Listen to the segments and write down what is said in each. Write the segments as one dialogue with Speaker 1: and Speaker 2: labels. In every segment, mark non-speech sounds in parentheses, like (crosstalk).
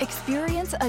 Speaker 1: Experience a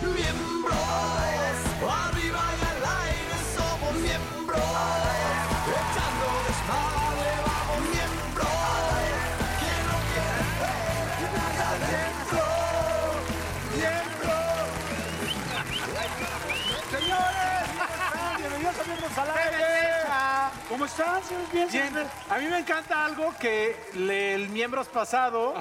Speaker 2: Miembros, arriba y al aire somos miembros. Echando desmadre, vamos miembros. Que no quiere ver nada dentro, miembros.
Speaker 3: Señores, bienvenidos a Miembros al Aire. ¿Cómo están, señores? Bien, señores. A mí me encanta algo que le- el miembros pasado,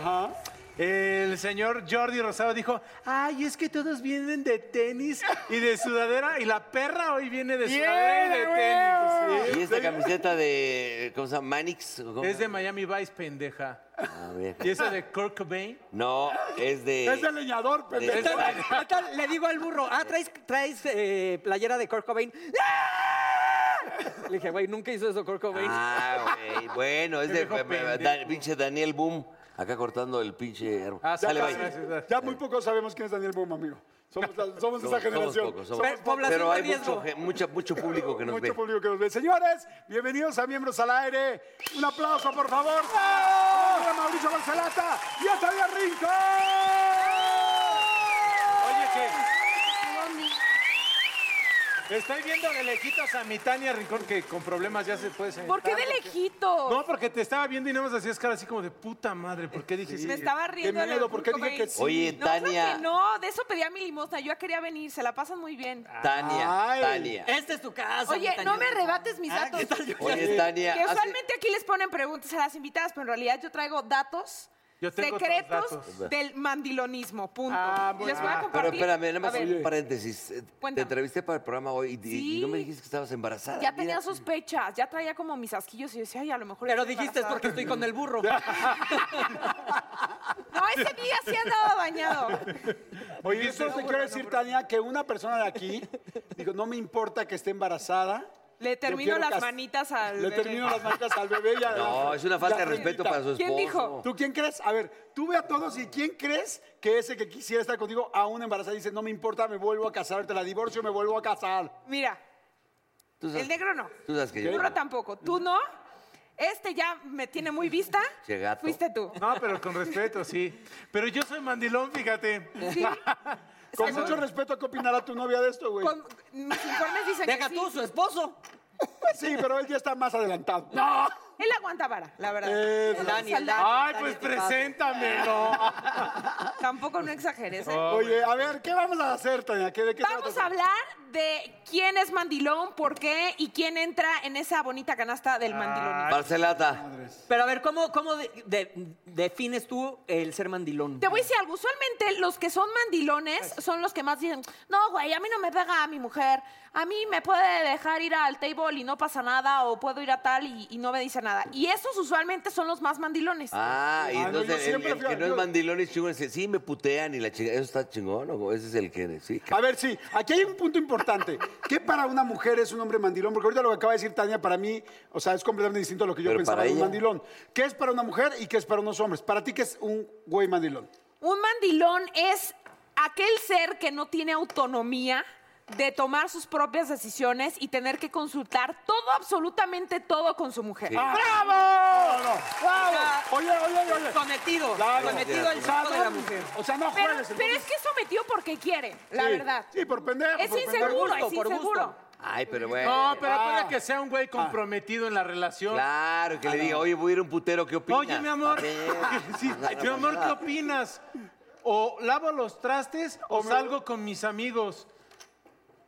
Speaker 3: el señor Jordi Rosado dijo, ay, es que todos vienen de tenis y de sudadera, y la perra hoy viene de sudadera y de tenis.
Speaker 4: Y
Speaker 3: Sí.
Speaker 4: esta camiseta de. ¿Cómo se llama? Manix. ¿o cómo?
Speaker 3: Es de Miami Vice, pendeja.
Speaker 4: Ah, mira.
Speaker 3: ¿Y esa de Kurt Cobain?
Speaker 4: No, es de.
Speaker 3: Es de leñador, pendeja.
Speaker 4: Esta-
Speaker 5: Ahorita le digo al burro, ah, traes, traes eh, playera de Kurt Cobain. ¡Ah! Le dije, güey, nunca hizo eso Kurt Cobain.
Speaker 4: Ah, güey. Bueno, es
Speaker 3: Me
Speaker 4: de.
Speaker 3: dijo
Speaker 4: eh, eh,
Speaker 3: pendejo.
Speaker 4: Dan- pinche Daniel Boom. Acá cortando el pinche. árbol.
Speaker 3: Ah,
Speaker 4: Sale,
Speaker 3: sí,
Speaker 4: bye.
Speaker 3: sí, sí, sí.
Speaker 6: Ya muy pocos sabemos quién es Daniel Boom, amigo. Somos,
Speaker 4: (laughs)
Speaker 6: la- somos de
Speaker 4: Somos-
Speaker 6: esa
Speaker 4: somos
Speaker 6: generación.
Speaker 4: pocos, somos-
Speaker 5: Pe- población
Speaker 4: Pero
Speaker 5: de
Speaker 4: hay
Speaker 5: riesgo.
Speaker 4: mucho, gen- mucha- mucho público que nos
Speaker 6: Mucho
Speaker 4: ve.
Speaker 6: público que nos ve. Señores, bienvenidos a Miembros al Aire. Un aplauso, por favor.
Speaker 4: ¡Oh!
Speaker 6: A Mauricio Barcelata y a Tania Rincón.
Speaker 3: Oye, que... Estoy viendo de lejitos a mi Tania Rincón, que con problemas ya se puede sentar.
Speaker 7: ¿Por qué de lejito?
Speaker 3: No, porque te estaba viendo y nada más hacías cara así como de puta madre, ¿por qué dijiste?
Speaker 7: Me estaba riendo.
Speaker 6: miedo, ¿por qué dije que sí?
Speaker 4: Oye,
Speaker 7: No, claro
Speaker 4: Tania.
Speaker 7: que no, de eso pedía mi limosna. Yo ya quería venir, se la pasan muy bien.
Speaker 4: Tania,
Speaker 6: Ay.
Speaker 4: Tania.
Speaker 5: Esta es tu casa. Ah,
Speaker 7: Oye,
Speaker 5: montañero.
Speaker 7: no me arrebates mis datos.
Speaker 4: Oye, Tania.
Speaker 7: Que
Speaker 4: hace-
Speaker 7: usualmente aquí les ponen preguntas a las invitadas, pero en realidad yo traigo datos
Speaker 3: Yo tengo todos
Speaker 7: secretos
Speaker 3: datos.
Speaker 7: del mandilonismo, punto.
Speaker 3: Ah,
Speaker 7: Y
Speaker 3: bueno.
Speaker 7: les voy a
Speaker 3: Ah,
Speaker 4: Pero
Speaker 7: compartir.
Speaker 4: espérame, nada más
Speaker 7: A ver,
Speaker 4: un paréntesis. Eh, Te
Speaker 7: Cuéntame.
Speaker 4: entrevisté para el programa hoy y, y
Speaker 7: Sí.
Speaker 4: no me dijiste que estabas embarazada.
Speaker 7: ya
Speaker 4: Mira.
Speaker 7: tenía sospechas, ya traía como mis asquillos y yo decía, ay, a lo mejor...
Speaker 5: Pero
Speaker 7: estoy
Speaker 5: dijiste es
Speaker 7: embarazada".
Speaker 5: porque estoy con el burro.
Speaker 7: No, ese día sí andaba bañado.
Speaker 6: Oye, y esto te quiero decir, Tania, que una persona de aquí, digo, no me importa que esté embarazada.
Speaker 7: Le
Speaker 6: Yo
Speaker 7: termino
Speaker 6: quiero
Speaker 7: las
Speaker 6: cas-
Speaker 7: manitas al
Speaker 6: Le
Speaker 7: bebé.
Speaker 6: termino las manitas al bebé. y a-
Speaker 4: (laughs) No, es una falta de
Speaker 6: y a-
Speaker 4: respeto para su esposo.
Speaker 7: ¿Quién dijo?
Speaker 6: ¿Tú quién crees? A ver, tú ve a todos y ¿quién crees que ese que quisiera estar contigo aún embarazada dice, no me importa, me vuelvo a casar, te la divorcio, me vuelvo a casar?
Speaker 7: (laughs) Mira,
Speaker 4: Tú sabes-
Speaker 7: el negro no.
Speaker 4: Tú sabes que yo.
Speaker 7: El negro tampoco. Tú no. Este ya me tiene muy vista.
Speaker 4: Che gato.
Speaker 7: Fuiste tú.
Speaker 3: No, pero con respeto, sí. Pero yo soy mandilón, fíjate. (laughs)
Speaker 7: Sí.
Speaker 6: Con mucho respeto, ¿qué opinará tu novia de esto, güey?
Speaker 7: Con- mis informes dicen
Speaker 5: Deja
Speaker 7: que
Speaker 5: tú,
Speaker 7: sí.
Speaker 5: su esposo.
Speaker 6: Pues Sí, pero él ya está más adelantado. (laughs) Eh, ¡No!
Speaker 7: Él aguanta vara, la verdad.
Speaker 6: Eso.
Speaker 7: Él
Speaker 5: Dani, el
Speaker 7: salda-
Speaker 5: Dani.
Speaker 3: Ay, pues preséntamelo.
Speaker 7: Tampoco no exageres. ¿eh?
Speaker 6: Oye, a ver, ¿qué vamos a hacer, Tania? ¿Qué- ¿De qué
Speaker 7: Vamos a hablar de quién es mandilón, por qué y quién entra en esa bonita canasta
Speaker 6: Ah,
Speaker 7: del mandilón.
Speaker 4: Barcelata.
Speaker 5: Pero a ver, ¿cómo, cómo de- de- defines tú el ser mandilón?
Speaker 7: Te voy a decir algo. Usualmente los que son mandilones son los que más dicen, no, güey, a mí no me pega a mi mujer. A mí me puede dejar ir al table y no pasa nada, o puedo ir a tal y, y no me dice nada. Y esos usualmente son los más mandilones.
Speaker 4: Ah, y
Speaker 6: Ah, no, yo
Speaker 4: entonces el- el,
Speaker 6: siempre fui
Speaker 4: que no es
Speaker 6: yo-
Speaker 4: mandilón es chingón. dice, Sí, me putean y la chinga. Eso está chingón, ¿o ese es el que. Sí,
Speaker 6: A ver, sí, aquí hay un punto importante. ¿Qué para una mujer es un hombre mandilón? Porque ahorita lo que acaba de decir Tania, para mí, o sea, es completamente distinto a lo que yo
Speaker 4: Pero
Speaker 6: pensaba
Speaker 4: para
Speaker 6: de un
Speaker 4: ella.
Speaker 6: mandilón. ¿Qué es para una mujer y qué es para unos hombres? Para ti, ¿qué es un güey mandilón?
Speaker 7: Un mandilón es aquel ser que no tiene autonomía de tomar sus propias decisiones y tener que consultar todo, absolutamente todo con su mujer.
Speaker 6: Ah.
Speaker 4: Sí.
Speaker 6: ¡Bravo! ¡Bravo! Oye, oye, oye.
Speaker 5: Sometido.
Speaker 6: Claro.
Speaker 5: Sometido al chico de la mujer.
Speaker 6: O sea, no
Speaker 7: Pero,
Speaker 6: juegues.
Speaker 7: pero
Speaker 6: entonces-
Speaker 7: es que es sometido porque quiere, la
Speaker 6: Sí,
Speaker 7: verdad.
Speaker 6: Sí, por pendejo.
Speaker 7: Es
Speaker 6: por pendejo.
Speaker 7: inseguro, es
Speaker 5: por gusto.
Speaker 7: inseguro.
Speaker 4: Ay, pero bueno.
Speaker 3: No, pero
Speaker 7: Ah.
Speaker 3: para que sea un güey comprometido en la relación.
Speaker 4: Claro, que le diga, oye, voy a ir a un putero, ¿qué opinas?
Speaker 3: Ah, Oye, mi amor.
Speaker 4: A ver,
Speaker 3: (laughs) Sí,
Speaker 4: una
Speaker 3: mi amor, ¿qué
Speaker 4: barbaridad.
Speaker 3: opinas? O lavo los trastes o salgo con mis amigos.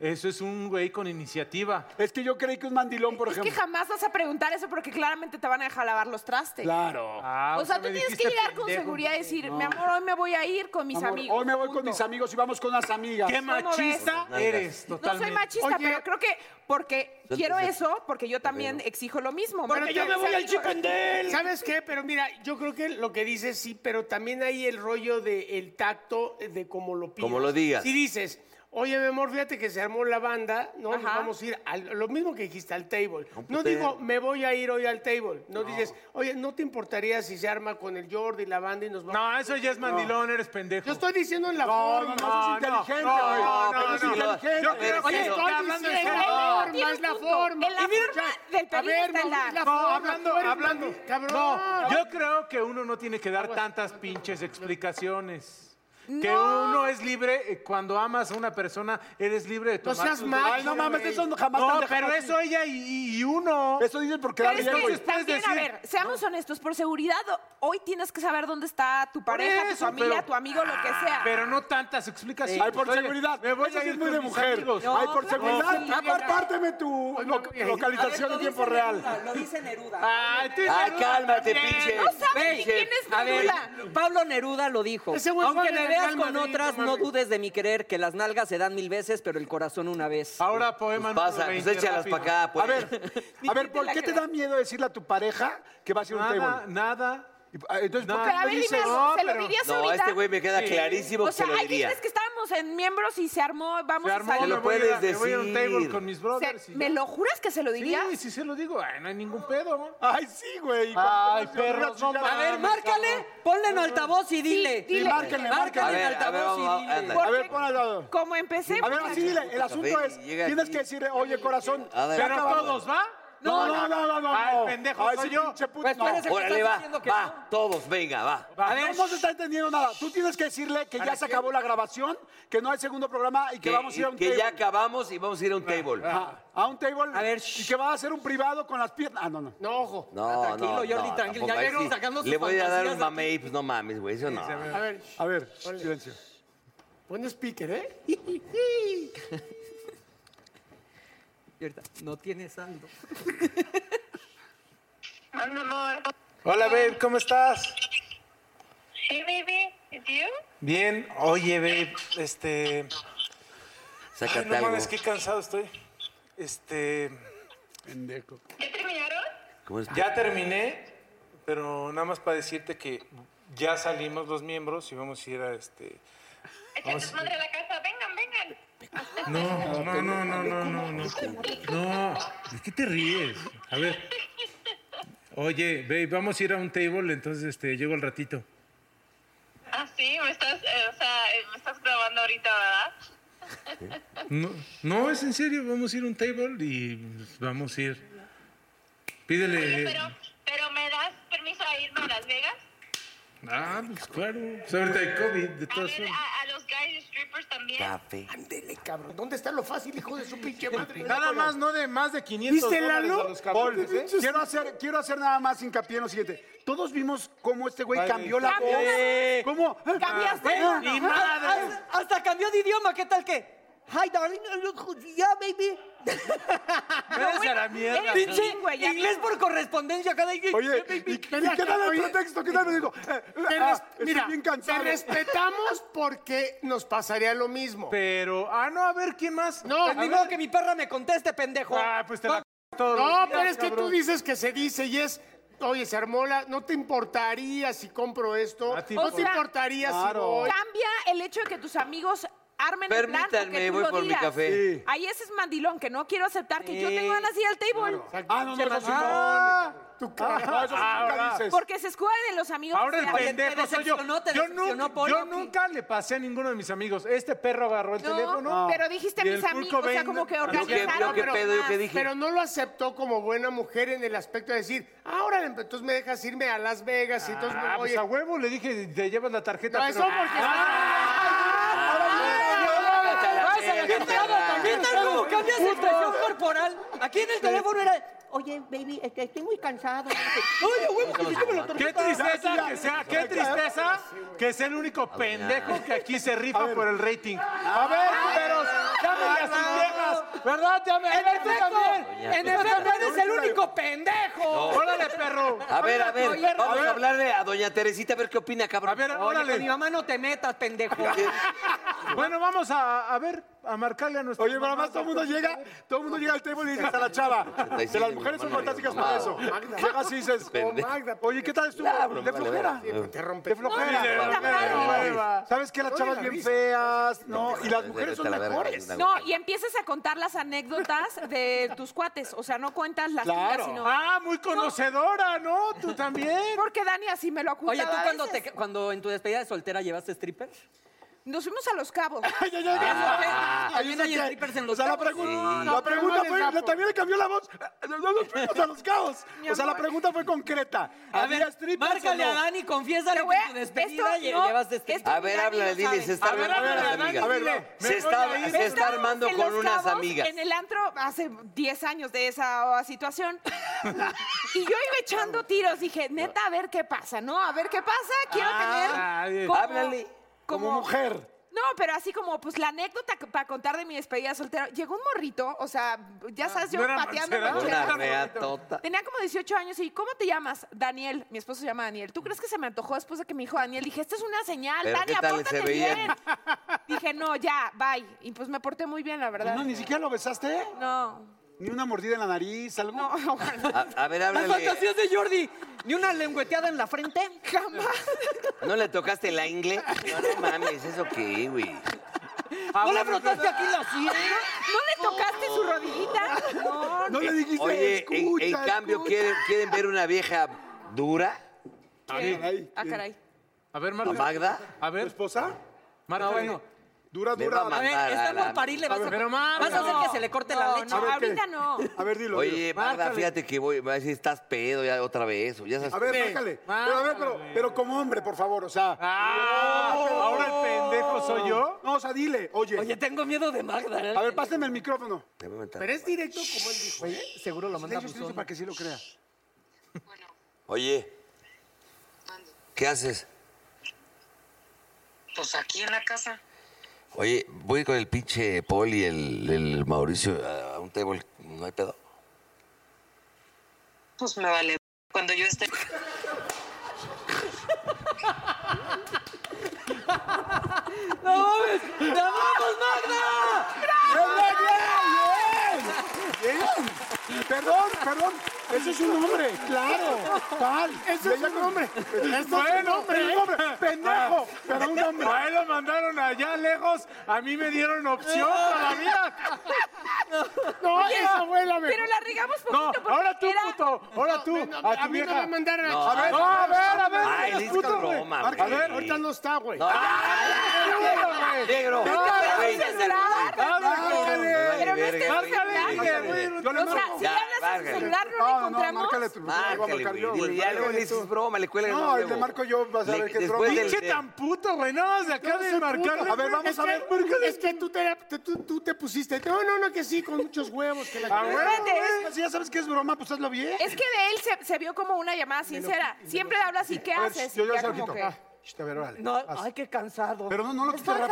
Speaker 3: Eso es un güey con iniciativa.
Speaker 6: Es que yo creí que un mandilón, por
Speaker 7: Es
Speaker 6: ejemplo.
Speaker 7: que jamás vas a preguntar eso porque claramente te van a dejar lavar los trastes.
Speaker 6: Claro.
Speaker 3: Ah,
Speaker 7: O sea,
Speaker 3: me
Speaker 7: tú tienes que
Speaker 3: dijiste
Speaker 7: llegar con
Speaker 3: pendejo.
Speaker 7: seguridad y decir, mi amor, hoy me voy a ir con mis
Speaker 6: Amor,
Speaker 7: amigos.
Speaker 6: hoy me voy con
Speaker 7: punto".
Speaker 6: mis amigos y vamos con las amigas.
Speaker 3: Qué
Speaker 7: ¿Cómo
Speaker 3: machista
Speaker 4: ves?
Speaker 3: eres,
Speaker 7: No
Speaker 3: totalmente.
Speaker 7: soy machista,
Speaker 6: Oye.
Speaker 7: pero creo que porque
Speaker 4: Suéltese.
Speaker 7: quiero eso, porque yo también exijo lo mismo.
Speaker 8: Porque yo me voy al
Speaker 7: chipendel.
Speaker 8: ¿Sabes qué? Pero mira, yo creo que lo que dices sí, pero también hay el rollo del tacto de cómo lo pidas.
Speaker 4: Como lo digas.
Speaker 8: Si dices, oye, mi amor, fíjate que se armó la banda, ¿no? Nos
Speaker 7: Ajá.
Speaker 8: Vamos a ir al, lo mismo que dijiste, al table.
Speaker 4: Un
Speaker 8: No
Speaker 4: putero.
Speaker 8: digo, me voy a ir hoy al table. No, dices, oye, ¿no te importaría si se arma con el Jordi, la banda y nos vamos?
Speaker 3: No, eso ya es mandilón, eres pendejo.
Speaker 8: Yo estoy diciendo en la
Speaker 6: No,
Speaker 8: forma.
Speaker 6: no, no, eso es inteligente. güey.
Speaker 3: no, no,
Speaker 6: Eso es
Speaker 3: no.
Speaker 6: inteligente.
Speaker 3: Yo creo
Speaker 8: Oye,
Speaker 3: que
Speaker 8: estoy
Speaker 3: está hablando en
Speaker 8: diciendo
Speaker 3: serio.
Speaker 8: la
Speaker 7: No, tiene
Speaker 8: forma, es la
Speaker 7: punto.
Speaker 8: forma.
Speaker 7: En la forma del
Speaker 8: Escucha, a
Speaker 7: peligro
Speaker 8: ver,
Speaker 7: está
Speaker 8: mamá,
Speaker 7: la-
Speaker 8: es la
Speaker 3: No,
Speaker 8: forma,
Speaker 3: hablando,
Speaker 8: tú eres
Speaker 3: hablando.
Speaker 8: mandi- Cabrón.
Speaker 3: No, yo creo que uno no tiene que dar tantas pinches explicaciones. Que uno es libre, eh, cuando amas a una persona, eres libre de
Speaker 8: No
Speaker 3: tomar
Speaker 8: seas
Speaker 3: tus-
Speaker 8: macho.
Speaker 6: Ay, no mames,
Speaker 8: güey.
Speaker 6: eso no- jamás te
Speaker 3: No,
Speaker 6: han dejado
Speaker 3: pero
Speaker 6: así.
Speaker 3: eso ella y, y- y uno.
Speaker 6: Eso dices porque
Speaker 7: Pero
Speaker 6: da
Speaker 7: es
Speaker 6: bien,
Speaker 7: que
Speaker 6: güey.
Speaker 3: puedes
Speaker 7: también, a
Speaker 3: decir-
Speaker 7: ver, seamos honestos, por seguridad, o- hoy tienes que saber dónde está tu pareja, tu
Speaker 3: eso,
Speaker 7: familia,
Speaker 3: pero-
Speaker 7: tu amigo, lo que sea.
Speaker 3: Pero no tantas explicaciones.
Speaker 6: Ay, por
Speaker 3: Oye,
Speaker 6: seguridad.
Speaker 3: Me voy
Speaker 6: Eso
Speaker 3: a
Speaker 6: sí
Speaker 3: ir
Speaker 6: es muy
Speaker 3: con
Speaker 6: de
Speaker 3: mis
Speaker 6: mujer.
Speaker 3: amigos.
Speaker 6: Ay, por
Speaker 7: No,
Speaker 6: seguridad.
Speaker 7: no,
Speaker 6: A ver, párteme tu
Speaker 8: Hoy me
Speaker 6: lo-
Speaker 8: voy a ir.
Speaker 6: localización en tiempo real.
Speaker 5: Lo dice Neruda.
Speaker 3: Ay, tú
Speaker 4: Ay,
Speaker 3: eres
Speaker 4: cálmate,
Speaker 3: también.
Speaker 4: pinche.
Speaker 7: No sabes ni
Speaker 4: pinche.
Speaker 7: quién es
Speaker 5: A ver,
Speaker 7: Neruda.
Speaker 5: Pablo Neruda lo dijo.
Speaker 8: Ese güey
Speaker 5: Aunque
Speaker 8: juega en
Speaker 5: me
Speaker 8: el
Speaker 5: veas
Speaker 8: Real
Speaker 5: con
Speaker 8: Madrid,
Speaker 5: otras,
Speaker 8: no
Speaker 5: no
Speaker 8: mames.
Speaker 5: dudes de mi querer, que las nalgas se dan mil veces, pero el corazón una vez.
Speaker 3: Ahora poema
Speaker 4: Pues
Speaker 3: número
Speaker 4: pasa, pues
Speaker 3: 20,
Speaker 4: échalas
Speaker 3: rápido.
Speaker 4: para acá, pues.
Speaker 6: A ver, a ver, ¿por qué te da miedo decirle a tu pareja que vas a ir a un
Speaker 3: Nada,
Speaker 6: table?
Speaker 3: nada.
Speaker 6: Y- ah, Entonces, ¿por
Speaker 3: No.
Speaker 6: qué
Speaker 7: Pero a
Speaker 6: no
Speaker 7: ver, dime
Speaker 6: dices?
Speaker 7: algo,
Speaker 3: No,
Speaker 7: ¿se lo
Speaker 3: pero-
Speaker 7: dirías
Speaker 4: No, a
Speaker 7: ahorita?
Speaker 4: este güey me queda clarísimo
Speaker 7: o
Speaker 4: que
Speaker 7: sea,
Speaker 4: se lo
Speaker 7: hay
Speaker 4: diría.
Speaker 7: veces que estábamos en miembros y se armó, vamos
Speaker 3: Se
Speaker 7: a
Speaker 3: armó,
Speaker 7: salir.
Speaker 4: lo
Speaker 3: me voy a ir a-
Speaker 4: puedes
Speaker 3: Me voy a ir a un
Speaker 4: decir.
Speaker 3: table con mis brothers.
Speaker 7: Se-
Speaker 3: y
Speaker 7: ¿Me
Speaker 3: ya.
Speaker 7: lo juras que se lo dirías?
Speaker 3: Sí, sí se lo digo. Ay, no hay ningún pedo.
Speaker 6: Ay, sí, güey.
Speaker 3: Ay,
Speaker 6: Cuando-
Speaker 3: perros, no
Speaker 5: A ver,
Speaker 3: mames,
Speaker 5: márcale, ponle en altavoz y dile.
Speaker 7: dile. Sí,
Speaker 6: márquenle, márquenle.
Speaker 5: Márcale en
Speaker 4: A ver, a ver,
Speaker 5: altavoz
Speaker 4: vamos,
Speaker 5: y dile.
Speaker 4: ándale.
Speaker 7: Porque
Speaker 6: A ver, pon al lado.
Speaker 7: Como empecé.
Speaker 6: A ver, así
Speaker 7: muchachos.
Speaker 6: dile, el asunto
Speaker 4: Café,
Speaker 6: es,
Speaker 4: y llega
Speaker 6: tienes
Speaker 4: aquí.
Speaker 6: que decirle, oye, corazón,
Speaker 4: A ver.
Speaker 6: ya
Speaker 3: Pero
Speaker 6: acabamos.
Speaker 3: todos, ¿va?
Speaker 6: No, no, no, no, no.
Speaker 3: Ay,
Speaker 6: no.
Speaker 3: pendejo,
Speaker 6: Ay,
Speaker 3: soy
Speaker 6: sí,
Speaker 3: yo.
Speaker 6: pinche puto,
Speaker 5: Pues
Speaker 6: no.
Speaker 5: espérese que
Speaker 4: Órale,
Speaker 5: estás
Speaker 4: va,
Speaker 5: diciendo que
Speaker 4: va, todos, venga, va.
Speaker 6: A ver, no se está entendiendo nada. Tú tienes que decirle que ya se acabó la grabación, que no hay segundo programa y
Speaker 4: Que,
Speaker 6: que, vamos a ir a un
Speaker 4: que
Speaker 6: table.
Speaker 4: ya acabamos y vamos a ir a un table.
Speaker 6: Ajá, a un table.
Speaker 5: A ver,
Speaker 6: y
Speaker 5: shh.
Speaker 6: que va a hacer un privado con las piernas. Ah, no, no.
Speaker 8: No, ojo.
Speaker 4: No,
Speaker 5: tranquilo,
Speaker 4: no,
Speaker 5: Jordi, tranquilo,
Speaker 4: no,
Speaker 5: ya
Speaker 4: tampoco, ahí
Speaker 5: vieron
Speaker 4: sí.
Speaker 5: sacando sus
Speaker 4: Le voy a dar
Speaker 5: fantasías
Speaker 4: un
Speaker 5: aquí.
Speaker 4: mamey, pues no mames, güey, eso no.
Speaker 8: A ver,
Speaker 6: A ver.
Speaker 8: silencio. Buen speaker, ¿eh?
Speaker 5: Y ahorita, No tiene saldo.
Speaker 3: Hola, babe, ¿cómo estás?
Speaker 9: Hey, baby, it's you?
Speaker 3: Bien. Oye, babe, este...
Speaker 4: Sácate
Speaker 3: No
Speaker 4: algo.
Speaker 3: mames, qué cansado estoy. Este...
Speaker 9: ¿Ya terminaron?
Speaker 4: ¿Cómo es?
Speaker 3: Ya terminé, pero nada más para decirte que ya salimos los miembros y vamos a ir a este...
Speaker 6: Oh,
Speaker 9: Echando madre a la casa. Vengan, vengan.
Speaker 3: No, no, no, no, no, no, no. No, ¿de qué te ríes? A ver. Oye, babe, vamos a ir a un table, entonces este, llego al ratito.
Speaker 9: Ah, sí, me estás, eh, o sea, eh, me estás grabando ahorita, ¿verdad?
Speaker 3: No, no, es en serio, vamos a ir a un table y pues, vamos a ir. Pídele.
Speaker 9: Pero, pero ¿me das permiso a irme a Las Vegas?
Speaker 3: Ah, pues claro. Pues, ahorita hay COVID, de
Speaker 9: A
Speaker 3: todas
Speaker 9: ver,
Speaker 3: formas.
Speaker 9: a, a los guys strippers también.
Speaker 4: Café.
Speaker 8: Ándele, cabrón. ¿Dónde está lo fácil, hijo de su pinche madre?
Speaker 3: Nada más, no de más de 500
Speaker 8: ¿Viste,
Speaker 3: dólares
Speaker 8: Lalo?
Speaker 3: a los cabrones, ¿eh?
Speaker 6: Quiero hacer, quiero hacer nada más hincapié en lo siguiente. Todos vimos cómo este güey
Speaker 3: Vale.
Speaker 6: cambió la
Speaker 7: Cambió
Speaker 6: voz.
Speaker 5: la-
Speaker 6: ¿Cómo?
Speaker 7: Cambiaste.
Speaker 6: Ah,
Speaker 3: ¡Ni
Speaker 5: Ah,
Speaker 3: madre!
Speaker 5: ah, Hasta cambió de idioma, ¿qué tal que? Hi, darling, yeah, baby.
Speaker 3: ¡Vete a la mierda!
Speaker 7: eres-
Speaker 5: Pinche
Speaker 7: güey, ya
Speaker 5: inglés por correspondencia cada
Speaker 6: Oye, ¿y, y qué tal el
Speaker 8: Oye.
Speaker 6: pretexto? ¿Qué tal me dijo? Eh, eh,
Speaker 8: Te
Speaker 6: ah,
Speaker 8: res-
Speaker 6: estoy
Speaker 8: mira,
Speaker 6: bien
Speaker 8: te
Speaker 6: cansado.
Speaker 8: respetamos porque nos pasaría lo mismo.
Speaker 3: Pero, ah, no, a ver, ¿quién más?
Speaker 8: No,
Speaker 5: Pues ni modo que mi perra me conteste, pendejo.
Speaker 3: Ah, pues te la todos los
Speaker 8: no,
Speaker 3: días,
Speaker 8: pero es que tú
Speaker 3: cabrón.
Speaker 8: dices que se dice y es, oye, se armó la, no te importaría si compro esto,
Speaker 3: A ti
Speaker 8: no
Speaker 3: por-
Speaker 8: te importaría
Speaker 6: Claro.
Speaker 8: si voy.
Speaker 7: Cambia el hecho de que tus amigos armen el plan o que
Speaker 4: Permítanme,
Speaker 7: tú
Speaker 4: voy
Speaker 7: lo
Speaker 4: por mi
Speaker 7: digas.
Speaker 4: café.
Speaker 6: Sí.
Speaker 7: Ahí ese es mandilón que no quiero aceptar que yo tengo ganas de ir al table.
Speaker 6: Ah, no, no, eso sí, no.
Speaker 8: Tu
Speaker 6: Ah,
Speaker 8: cara.
Speaker 6: no, eso sí nunca dices.
Speaker 7: Porque se escudan de los amigos.
Speaker 3: Ahora
Speaker 7: que
Speaker 3: el
Speaker 7: se hacen.
Speaker 3: pendejo
Speaker 5: te
Speaker 3: soy yo.
Speaker 5: decepcionó, te
Speaker 3: Yo
Speaker 5: decepcionó,
Speaker 3: nunca,
Speaker 5: Polo.
Speaker 3: yo nunca le pasé a ninguno de mis amigos. Este perro agarró el
Speaker 7: No,
Speaker 3: teléfono.
Speaker 7: pero dijiste
Speaker 3: y el
Speaker 7: mis
Speaker 3: Kurt
Speaker 7: amigos, o sea,
Speaker 3: Cobain-
Speaker 7: como que
Speaker 4: Yo qué,
Speaker 7: organizaron.
Speaker 4: yo qué
Speaker 7: pero
Speaker 4: pedo, yo qué
Speaker 7: más.
Speaker 4: dije.
Speaker 8: Pero no lo aceptó como buena mujer en el aspecto de decir, ahora entonces me dejas irme a Las Vegas y entonces
Speaker 3: Ah,
Speaker 8: me voy.
Speaker 3: pues a huevo le dije, te llevas la tarjeta.
Speaker 8: No,
Speaker 3: pero-
Speaker 8: eso porque...
Speaker 5: ah, Vas a la chingada, ¿qué tal como cambias de expresión corporal? Aquí en el teléfono era, oye, baby, este, estoy muy cansado. Oye, güey, pues yo me lo
Speaker 3: Qué tristeza que sea, qué tristeza que sea el único pendejo que aquí se rifa por el rating. A ver, pero llámenle a sus
Speaker 5: ¿Verdad? Te
Speaker 2: amo.
Speaker 5: En
Speaker 2: Ay, tú
Speaker 5: efecto,
Speaker 2: también.
Speaker 5: en
Speaker 2: Tú
Speaker 5: efecto
Speaker 2: también.
Speaker 5: eres el único pendejo.
Speaker 4: No.
Speaker 5: Órale, perro.
Speaker 4: A ver, a ver,
Speaker 5: Oye, Roberto.
Speaker 4: vamos a hablarle a doña Teresita a ver qué opina, cabrón. A ver,
Speaker 5: Oye, con mi mamá no te metas, pendejo.
Speaker 3: Bueno, vamos a, a ver, a marcarle a nuestro.
Speaker 6: Oye, pero además todo el mundo llega, todo el mundo llega al table y dice hasta la chava. De las mujeres son fantásticas para eso. Llega así y dices,
Speaker 4: Pendejo.
Speaker 6: oye, ¿qué tal
Speaker 8: Ah,
Speaker 6: estuvo?
Speaker 4: Claro,
Speaker 6: ah, De
Speaker 4: vale,
Speaker 6: flojera.
Speaker 4: vale.
Speaker 8: pues
Speaker 6: Te rompe. De flojera.
Speaker 4: No, puta madre.
Speaker 6: De hueva. ¿Sabes qué? Las chavas bien feas, ¿no? Y las mujeres son
Speaker 4: Vete a la verga,
Speaker 6: mejores.
Speaker 4: vete a la
Speaker 7: No, y empiezas a contar las anécdotas de tus cuates. O sea, no cuentas las tuyas, sino.
Speaker 3: Ah, muy conocedora, ¿no? Tú también.
Speaker 7: Porque Dani así me lo acuntaba
Speaker 5: Oye, ¿tú
Speaker 7: a
Speaker 5: cuando,
Speaker 7: veces.
Speaker 5: te, cuando en tu despedida de soltera llevaste stripper?
Speaker 7: Nos fuimos a
Speaker 3: (laughs)
Speaker 7: Los Cabos.
Speaker 5: Ah. También hay
Speaker 6: Ay,
Speaker 5: strippers en
Speaker 6: O
Speaker 5: los
Speaker 6: sea, la
Speaker 5: cabos.
Speaker 6: pregunta,
Speaker 5: no,
Speaker 6: la
Speaker 5: pero
Speaker 6: pregunta
Speaker 5: no les
Speaker 6: fue,
Speaker 5: da
Speaker 6: le- también le cambió la voz. No, no, Nos fuimos a los caos.
Speaker 5: (laughs) Mi
Speaker 6: O sea, la
Speaker 5: amor.
Speaker 6: pregunta fue concreta.
Speaker 5: A
Speaker 6: ¿Había
Speaker 5: ver,
Speaker 6: strippers o
Speaker 5: márcale
Speaker 6: no?
Speaker 5: a Dani,
Speaker 7: Te
Speaker 5: confiésale
Speaker 7: voy
Speaker 5: que
Speaker 7: a-
Speaker 5: en tu despedida
Speaker 7: esto
Speaker 5: lle-
Speaker 7: no,
Speaker 5: llevaste
Speaker 7: esto
Speaker 5: stripper.
Speaker 4: A ver,
Speaker 7: Dani
Speaker 4: háblale,
Speaker 7: lo
Speaker 4: dile, se está
Speaker 7: sabe.
Speaker 4: armando con unas amigas. se está, se está
Speaker 7: Estábamos
Speaker 4: armando
Speaker 7: en
Speaker 4: con
Speaker 7: Los
Speaker 4: unas
Speaker 7: Cabos,
Speaker 4: amigas.
Speaker 7: En el antro hace 10 años de esa
Speaker 3: (laughs)
Speaker 7: oh, situación. y yo iba echando tiros. Dije, neta, a ver qué pasa, ¿no? A ver qué pasa. Quiero
Speaker 3: Ah,
Speaker 7: tener.
Speaker 3: bien.
Speaker 7: como-
Speaker 4: Háblale.
Speaker 6: Como mujer.
Speaker 7: No, pero así como, pues la anécdota que- para contar de mi despedida soltera. Llegó un morrito, o sea, ya sabes, yo
Speaker 3: no era
Speaker 7: pateando
Speaker 3: Marcela.
Speaker 4: Una
Speaker 7: loncheras.
Speaker 4: tota. reatota.
Speaker 7: Tenía como 18 años y ¿cómo te llamas? Daniel. Mi esposo se llama Daniel. ¿Tú crees que se me antojó después de que me dijo Daniel? Dije, esta es una señal,
Speaker 4: Pero
Speaker 7: Dani,
Speaker 4: ¿qué tal
Speaker 7: apórtate
Speaker 4: se veían?
Speaker 7: bien. Dije, no, ya, bye. Y pues me porté muy bien, la verdad.
Speaker 6: No, ni siquiera lo besaste.
Speaker 7: No,
Speaker 6: Ni una mordida en la nariz, algo.
Speaker 5: (laughs)
Speaker 7: no, ojalá.
Speaker 4: A, a ver,
Speaker 5: Las
Speaker 4: háblale.
Speaker 5: fantasías de Jordi. Ni una lengüeteada en la frente.
Speaker 7: jamás.
Speaker 4: ¿No le tocaste la ingle? No, no mames, ¿eso qué, güey?
Speaker 5: ¿No le frotaste aquí la sien?
Speaker 7: ¿No le tocaste su rodillita? No,
Speaker 6: No le dijiste,
Speaker 4: Oye, en-
Speaker 6: escucha,
Speaker 4: en, cambio,
Speaker 6: escucha.
Speaker 4: ¿quieren, ¿quieren ver una vieja dura?
Speaker 6: Caray.
Speaker 7: Ah, caray.
Speaker 3: A ver,
Speaker 4: ¿A
Speaker 3: Marta.
Speaker 4: Magda?
Speaker 3: A
Speaker 6: ¿Tu
Speaker 3: ver,
Speaker 6: esposa?
Speaker 3: Marta.
Speaker 5: No, bueno.
Speaker 6: Dura,
Speaker 4: Me
Speaker 5: A
Speaker 4: va
Speaker 6: dura.
Speaker 4: a
Speaker 6: dura.
Speaker 5: ver,
Speaker 4: Mandar
Speaker 5: está
Speaker 4: a
Speaker 5: por
Speaker 4: la-
Speaker 5: parir, le vas a...
Speaker 3: pero Marta,
Speaker 5: vas a hacer que
Speaker 7: no.
Speaker 5: se le corte la
Speaker 7: No,
Speaker 5: leche.
Speaker 7: no,
Speaker 6: ver, ¿qué?
Speaker 7: ahorita no.
Speaker 6: A ver, dilo.
Speaker 4: Oye, Magda,
Speaker 3: Márcale.
Speaker 4: fíjate que voy, va a decir, estás pedo ya otra vez. o Ya sabes.
Speaker 6: dilo. (laughs) A ver, márcale. Pero, a ver, pero, pero como hombre, por favor, o sea.
Speaker 3: Ah, ahora el pendejo soy yo.
Speaker 6: No, o sea, dile. Oye.
Speaker 5: Oye, tengo miedo de Magda. ¿eh?
Speaker 6: A ver, pásenme el micrófono.
Speaker 4: Te voy a aventar.
Speaker 8: Pero es directo como él dijo, ¿eh?
Speaker 5: Seguro lo manda
Speaker 6: Silencio, silencio,
Speaker 5: buzón.
Speaker 6: para que sí lo crea.
Speaker 9: Bueno,
Speaker 4: Oye,
Speaker 9: mande.
Speaker 4: ¿qué haces?
Speaker 9: Pues aquí en la casa.
Speaker 4: Oye, voy con el pinche Paul y el, el Mauricio a a un table. ¿No hay pedo?
Speaker 9: Pues me vale. Cuando yo esté.
Speaker 5: ¡No mames! ¡Te amamos, Magda!
Speaker 6: ¡Bien, bien, bien! Perdón, perdón. Ese es un hombre, claro. Tal. Ese es un hombre.
Speaker 3: Bueno,
Speaker 6: es un hombre. Pendejo. Pero un hombre.
Speaker 3: A él lo mandaron allá lejos. A mí me dieron opción todavía.
Speaker 8: No, esa fue la
Speaker 7: Pero la regamos poquito
Speaker 3: No,
Speaker 7: porque
Speaker 3: ahora tú,
Speaker 7: era-
Speaker 3: puto. Ahora tú. A
Speaker 8: A
Speaker 3: tu
Speaker 8: mí Ah, no me
Speaker 3: vieja.
Speaker 8: mandaron a
Speaker 4: No,
Speaker 8: la
Speaker 4: a
Speaker 3: No, a ver, a ver.
Speaker 4: Ay,
Speaker 3: no
Speaker 4: le
Speaker 3: seas
Speaker 4: hiciste
Speaker 3: puto, güey.
Speaker 4: broma,
Speaker 3: A
Speaker 4: güey.
Speaker 3: ver,
Speaker 8: Ahorita no está, güey.
Speaker 4: No, negro. Güey,
Speaker 7: ¿Quieres celular?
Speaker 4: me vale
Speaker 7: Pero no estés
Speaker 4: verga, güey.
Speaker 7: márcale,
Speaker 4: Márcale,
Speaker 6: Yo le
Speaker 7: O sea, si
Speaker 4: Ya,
Speaker 6: marco.
Speaker 7: le hablas a tu
Speaker 4: márcale.
Speaker 7: celular, no lo
Speaker 6: No, no,
Speaker 7: encontramos.
Speaker 6: márcale tu.
Speaker 4: Márcale,
Speaker 6: voy a marcar yo,
Speaker 4: güey.
Speaker 6: güey.
Speaker 4: Dile, ya luego
Speaker 6: Márcale
Speaker 4: le
Speaker 6: tú.
Speaker 4: dices broma, le cuelga
Speaker 6: No, le marco yo, vas a ver qué
Speaker 4: después
Speaker 6: broma.
Speaker 4: del-
Speaker 3: Pinche tan puto, güey. Nada más de acá de marcarle.
Speaker 6: A ver, vamos
Speaker 8: Es
Speaker 6: a
Speaker 8: que-
Speaker 6: ver, márcale.
Speaker 8: Es que tú te, te- tú, tú te pusiste. No, no, no, que sí, con muchos huevos. Que la
Speaker 6: A huevo,
Speaker 7: Espérate,
Speaker 6: güey.
Speaker 7: es-
Speaker 6: Si ya sabes que es broma, pues hazlo bien.
Speaker 7: Es que de él se, se vio como una llamada sincera. Siempre le hablas y ¿qué
Speaker 6: A ver,
Speaker 7: haces?
Speaker 6: Yo ya
Speaker 7: Ya
Speaker 6: se lo
Speaker 7: como
Speaker 6: quito.
Speaker 7: que-
Speaker 6: Ah, shh, a ver, órale.
Speaker 5: No,
Speaker 6: Vas.
Speaker 5: ay, qué cansado.
Speaker 6: Pero no, no lo quites rápido.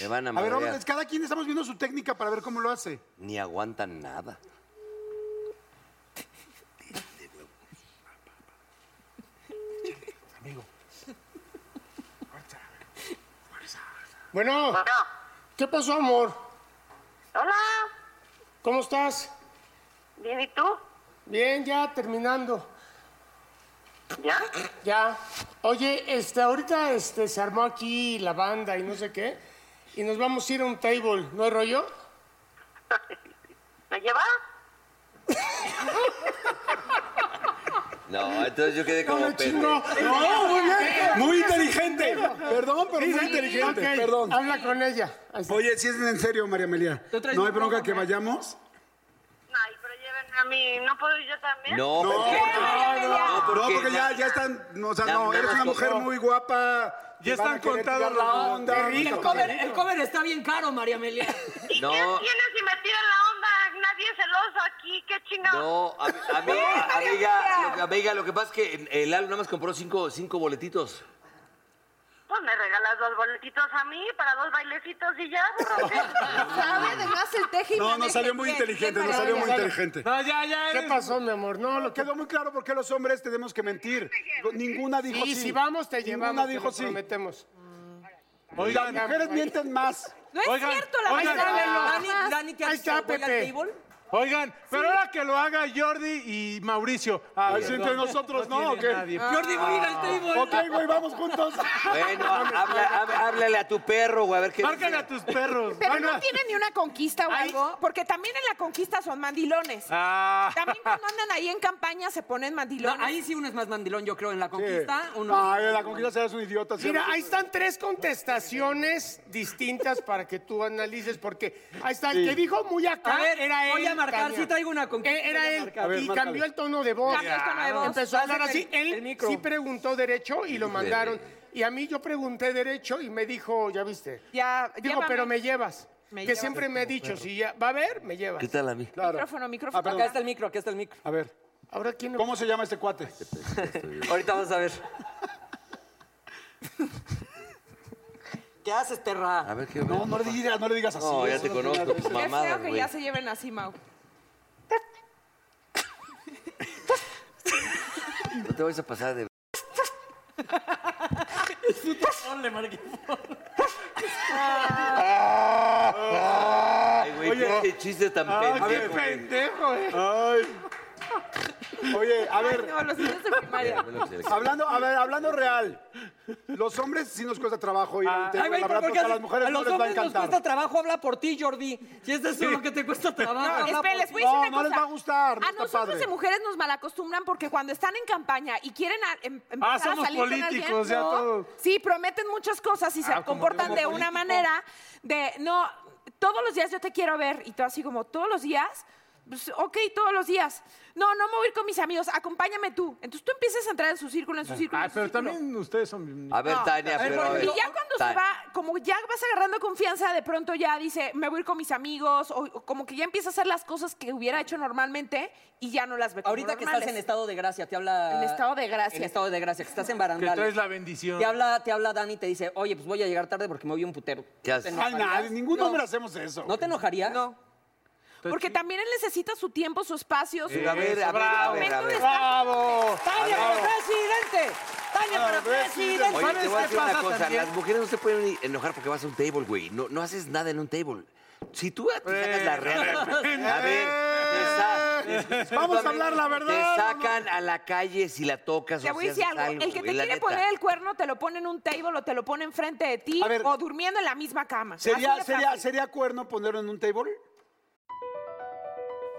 Speaker 4: Me van a
Speaker 6: A ver,
Speaker 4: madrear.
Speaker 6: vamos, cada quien estamos viendo su técnica para ver cómo lo hace.
Speaker 4: Ni aguantan nada.
Speaker 8: Bueno,
Speaker 9: Bueno,
Speaker 8: ¿qué pasó, amor?
Speaker 9: hola.
Speaker 8: ¿Cómo estás?
Speaker 9: Bien, ¿y tú?
Speaker 8: Bien, ya terminando.
Speaker 9: ¿Ya?
Speaker 8: Ya. Oye, este, ahorita este, se armó aquí la banda y no sé qué. Y nos vamos a ir a un table, ¿no hay rollo?
Speaker 9: ¿Me lleva?
Speaker 4: No, entonces yo quedé como
Speaker 8: chingo.
Speaker 4: pendejo.
Speaker 6: No, muy bien. Muy inteligente. Perdón, pero muy inteligente.
Speaker 8: Ok,
Speaker 6: Perdón.
Speaker 8: Habla con ella. Ahí está.
Speaker 6: Oye, si es en serio, María Amelia.
Speaker 5: ¿Tú traes
Speaker 6: ¿No hay
Speaker 5: un
Speaker 6: bronca
Speaker 5: rojo,
Speaker 6: que
Speaker 5: María?
Speaker 6: vayamos?
Speaker 9: Ay, pero llévenme a mí. ¿No puedo ir yo también?
Speaker 4: No,
Speaker 6: No,
Speaker 4: porque-
Speaker 6: porque-
Speaker 4: no,
Speaker 6: no, porque ya,
Speaker 4: na-
Speaker 6: ya están. no, o sea,
Speaker 4: na-
Speaker 6: no,
Speaker 4: nada
Speaker 6: eres
Speaker 4: más
Speaker 6: una mujer
Speaker 4: contó.
Speaker 6: muy guapa. te
Speaker 3: Ya
Speaker 6: van a
Speaker 3: están
Speaker 6: querer
Speaker 3: contadas
Speaker 6: tirar la
Speaker 3: las
Speaker 6: onda.
Speaker 5: El cover, el cover está bien caro, María
Speaker 7: (laughs)
Speaker 5: Amelia.
Speaker 9: ¿Y
Speaker 4: No.
Speaker 9: quién tiene si me tiran la onda? Nadie es celoso aquí. ¿Qué chingados?
Speaker 4: No, a,
Speaker 7: (laughs)
Speaker 4: a mí- amiga,
Speaker 7: María Amelia.
Speaker 4: lo que, amiga, lo que pasa es que el Lalo nada más compró cinco, cinco boletitos.
Speaker 9: Pues me regalas dos boletitos a mí para dos bailecitos y ya, burro. ¿qué?
Speaker 7: (laughs) ¿Sabe? Además el teje y
Speaker 6: No, no
Speaker 7: maneje.
Speaker 6: salió muy
Speaker 7: Qué-
Speaker 6: inteligente,
Speaker 7: qué
Speaker 6: no salió muy
Speaker 7: maravilla.
Speaker 6: inteligente.
Speaker 3: No, ya, ya.
Speaker 8: ¿Qué pasó, mi amor? No, lo
Speaker 6: Quedó muy claro por qué los hombres tenemos que mentir. Ninguna dijo sí.
Speaker 8: Sí, si vamos, te
Speaker 6: Ninguna
Speaker 8: llevamos, te
Speaker 6: dijo
Speaker 8: lo
Speaker 6: sí.
Speaker 8: prometemos.
Speaker 6: Las
Speaker 3: Oigan,
Speaker 6: mujeres mienten más.
Speaker 7: No es
Speaker 3: Oigan,
Speaker 7: cierto, la
Speaker 3: oigan.
Speaker 7: verdad.
Speaker 5: Dani,
Speaker 7: Ajá.
Speaker 5: Dani, ¿qué
Speaker 8: Ahí
Speaker 5: haces?
Speaker 8: está,
Speaker 5: ¿Voy al
Speaker 8: Pepe.
Speaker 5: table?
Speaker 3: oigan, pero ahora que lo haga Jordi y Mauricio.
Speaker 6: A
Speaker 3: Ah,
Speaker 6: ver si entre nosotros no, ¿o
Speaker 3: tiene
Speaker 6: qué?
Speaker 3: nadie.
Speaker 5: Jordi, voy a ir al
Speaker 3: Ah,
Speaker 5: table.
Speaker 6: Ok, güey, vamos
Speaker 7: (laughs)
Speaker 6: juntos.
Speaker 4: Bueno,
Speaker 9: (laughs)
Speaker 4: habla- hab- háblale a tu perro, güey, a ver qué
Speaker 3: Márcale
Speaker 4: dice.
Speaker 3: a tus perros.
Speaker 7: Pero
Speaker 3: Bueno.
Speaker 7: no tienen ni una conquista o algo, porque también en la conquista son mandilones.
Speaker 3: Ah.
Speaker 7: También cuando andan ahí en campaña se ponen
Speaker 5: No,
Speaker 7: mandilones.
Speaker 5: ahí sí uno es más mandilón, yo creo, en la conquista. Uno...
Speaker 6: Ay, en la conquista seas un idiota. sí.
Speaker 8: Mira, ahí están tres contestaciones distintas para que tú analices, porque ahí está, el que dijo muy acá
Speaker 5: A ver,
Speaker 8: era él.
Speaker 5: voy a marcar,
Speaker 8: Tania.
Speaker 5: sí traigo una conquista,
Speaker 8: Eh, Era
Speaker 5: voy a
Speaker 8: él,
Speaker 5: marcar.
Speaker 6: A ver,
Speaker 8: y
Speaker 6: márcale.
Speaker 8: cambió el tono de voz.
Speaker 7: Cambió el tono de voz.
Speaker 8: Empezó a hablar
Speaker 5: Pásate
Speaker 8: así.
Speaker 5: el- el
Speaker 8: Él
Speaker 5: micro.
Speaker 8: sí preguntó derecho y lo mandaron. Y a mí yo pregunté derecho y me dijo, ya viste.
Speaker 7: Ya,
Speaker 8: Digo,
Speaker 7: llévame.
Speaker 8: pero me llevas.
Speaker 7: Me
Speaker 8: que
Speaker 7: llevas.
Speaker 8: siempre me ha dicho, si ya va a haber, me llevas.
Speaker 4: ¿Qué tal a mí?
Speaker 6: Claro.
Speaker 7: Micrófono, micrófono.
Speaker 6: Ah, perdón.
Speaker 5: Acá está el micro, acá está el micro.
Speaker 6: A ver,
Speaker 8: Ahora, ¿quién
Speaker 6: ¿cómo se llama este
Speaker 3: (laughs)
Speaker 6: cuate?
Speaker 5: Ahorita vamos a ver. ¿Qué haces,
Speaker 4: A
Speaker 5: perra?
Speaker 4: ver qué
Speaker 6: No, no le digas, no le digas así.
Speaker 4: No, ya
Speaker 6: eso
Speaker 4: te
Speaker 6: no tiene nada
Speaker 4: conozco,
Speaker 6: que
Speaker 4: tus
Speaker 6: ver.
Speaker 7: Qué
Speaker 4: mamadas,
Speaker 7: feo que
Speaker 4: güey.
Speaker 7: ya se lleven así, Mau.
Speaker 4: No te vayas a pasar de... Ay, güey, qué qué chiste tan
Speaker 3: Ah, qué
Speaker 4: pendejo. güey.
Speaker 3: pendejo, eh.
Speaker 6: Ay. Oye, a ver,
Speaker 7: No, los niños de primaria.
Speaker 4: Bueno, pues,
Speaker 6: Ah, Hablando, a ver, hablando real, los hombres sí nos cuesta trabajo ir al tema,
Speaker 5: Ah, Ay, güey,
Speaker 6: la
Speaker 5: pero
Speaker 6: verdad,
Speaker 5: porque
Speaker 6: porque a las mujeres
Speaker 5: a los
Speaker 6: no les va a
Speaker 5: hombres nos cuesta
Speaker 6: encantar.
Speaker 5: trabajo, habla por ti, Jordi. Si este es eso lo que te cuesta trabajo,
Speaker 7: No,
Speaker 5: habla
Speaker 7: espera,
Speaker 5: por
Speaker 7: les
Speaker 5: ti.
Speaker 7: voy a decir
Speaker 6: No,
Speaker 7: una
Speaker 6: no les
Speaker 7: cosa.
Speaker 6: va a gustar, no
Speaker 7: a
Speaker 6: está
Speaker 7: nosotros
Speaker 6: padre.
Speaker 7: de mujeres nos malacostumbran porque cuando están en campaña y quieren a- em- empezar a
Speaker 3: somos
Speaker 7: salir con alguien,
Speaker 3: políticos, ya
Speaker 7: ¿no?
Speaker 3: todos.
Speaker 7: Sí, prometen muchas cosas y se
Speaker 3: Ah, como-
Speaker 7: comportan
Speaker 3: como
Speaker 7: de una
Speaker 3: político.
Speaker 7: manera de no todos los días yo te quiero ver y tú así como todos los días pues, ok, todos los días. No, no me voy a ir con mis amigos, acompáñame tú. Entonces tú empiezas a entrar en su círculo, en su círculo.
Speaker 3: Ah,
Speaker 7: en su
Speaker 3: pero
Speaker 7: círculo.
Speaker 3: también ustedes son... Ah,
Speaker 4: A ver,
Speaker 7: No,
Speaker 4: Tania, pero a ver.
Speaker 7: Y ya cuando se
Speaker 4: Tania.
Speaker 10: Ah,
Speaker 7: va, como ya vas agarrando confianza, de pronto ya dice, me voy a ir con mis amigos, o, o como que ya empieza a hacer las cosas que hubiera hecho normalmente y ya no las ve como
Speaker 5: Ahorita que estás
Speaker 7: normales.
Speaker 5: en estado de gracia, te habla...
Speaker 7: En estado de gracia.
Speaker 5: En estado de gracia, que estás en
Speaker 3: Que
Speaker 5: barandal.
Speaker 3: traes la bendición.
Speaker 5: Te habla, te habla Dani y te dice, oye, pues voy a llegar tarde porque me voy a un putero.
Speaker 4: ¿Qué haces?
Speaker 5: ¿Te
Speaker 6: Ay,
Speaker 5: enojarías?
Speaker 6: nadie, ningún
Speaker 5: No.
Speaker 6: hombre hacemos eso.
Speaker 5: ¿No te enojarías? No.
Speaker 7: Porque también él necesita su tiempo, su espacio, su...
Speaker 4: Sí, Eh, a ver, a ver, a
Speaker 7: Bravo.
Speaker 4: ver, a ver.
Speaker 3: ¡Bravo!
Speaker 5: ¡Tania para presidente! ¡Tania para presidente!
Speaker 4: Oye, te voy a
Speaker 3: ¿Sabes qué
Speaker 4: decir una
Speaker 3: pasa
Speaker 4: cosa.
Speaker 3: también?
Speaker 4: Las mujeres no se pueden ni enojar porque vas a un table, güey. No, no haces nada en un table. Si tú a- te sacas la reata, a ver, te sa-
Speaker 6: (laughs) Vamos a hablar la verdad,
Speaker 4: Te sacan a la calle si la tocas
Speaker 7: Te
Speaker 4: o
Speaker 7: voy a
Speaker 4: si
Speaker 7: decir
Speaker 4: haces
Speaker 7: algo,
Speaker 4: algo.
Speaker 7: el que te
Speaker 4: güey, la
Speaker 7: quiere
Speaker 4: neta.
Speaker 7: poner el cuerno te lo pone en un table o te lo pone enfrente de ti
Speaker 6: A ver.
Speaker 7: o durmiendo en la misma cama. Así
Speaker 6: ¿Sería,
Speaker 7: de
Speaker 6: sería,
Speaker 7: fácil.
Speaker 6: ¿Sería cuerno ponerlo en un table?
Speaker 11: (laughs)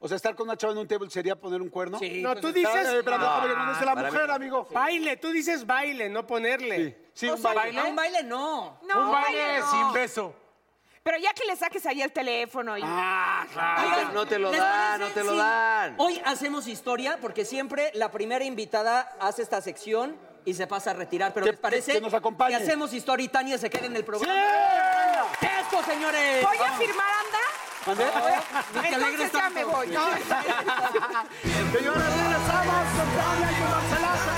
Speaker 6: O sea, estar con una chava en un table sería poner un cuerno.
Speaker 5: Sí. pues
Speaker 8: No, tú
Speaker 6: Pero,
Speaker 8: dices
Speaker 6: eh, pero déjame que conteste
Speaker 10: Ah,
Speaker 6: la
Speaker 4: para mí
Speaker 6: mujer,
Speaker 4: no.
Speaker 6: amigo.
Speaker 8: baile, tú dices baile, no ponerle.
Speaker 6: Sí, sí,
Speaker 7: O
Speaker 6: un
Speaker 7: sea,
Speaker 6: baile.
Speaker 5: No, un baile no.
Speaker 7: No,
Speaker 3: un baile
Speaker 7: no.
Speaker 3: sin beso.
Speaker 7: Pero ya que le saques ahí el teléfono y...
Speaker 4: Ay, no te lo
Speaker 5: ¿les
Speaker 4: dan, no
Speaker 5: parece
Speaker 4: te lo
Speaker 5: si
Speaker 4: dan.
Speaker 5: Hoy hacemos historia porque siempre la primera invitada hace esta sección y se pasa a retirar. Pero
Speaker 6: Que-
Speaker 5: les parece
Speaker 6: que nos acompañe.
Speaker 5: hacemos historia y Tania se queda en el
Speaker 6: ¡Sí!
Speaker 5: programa. ¡Esto, señores!
Speaker 7: ¿Voy a
Speaker 5: Vamos.
Speaker 7: firmar,
Speaker 6: ¿Mandé?
Speaker 5: Ni que
Speaker 7: anda?
Speaker 5: alegre
Speaker 7: Entonces ya
Speaker 5: estamos.
Speaker 7: me voy.
Speaker 6: Señores, regresamos con Tania y con Marcelaza.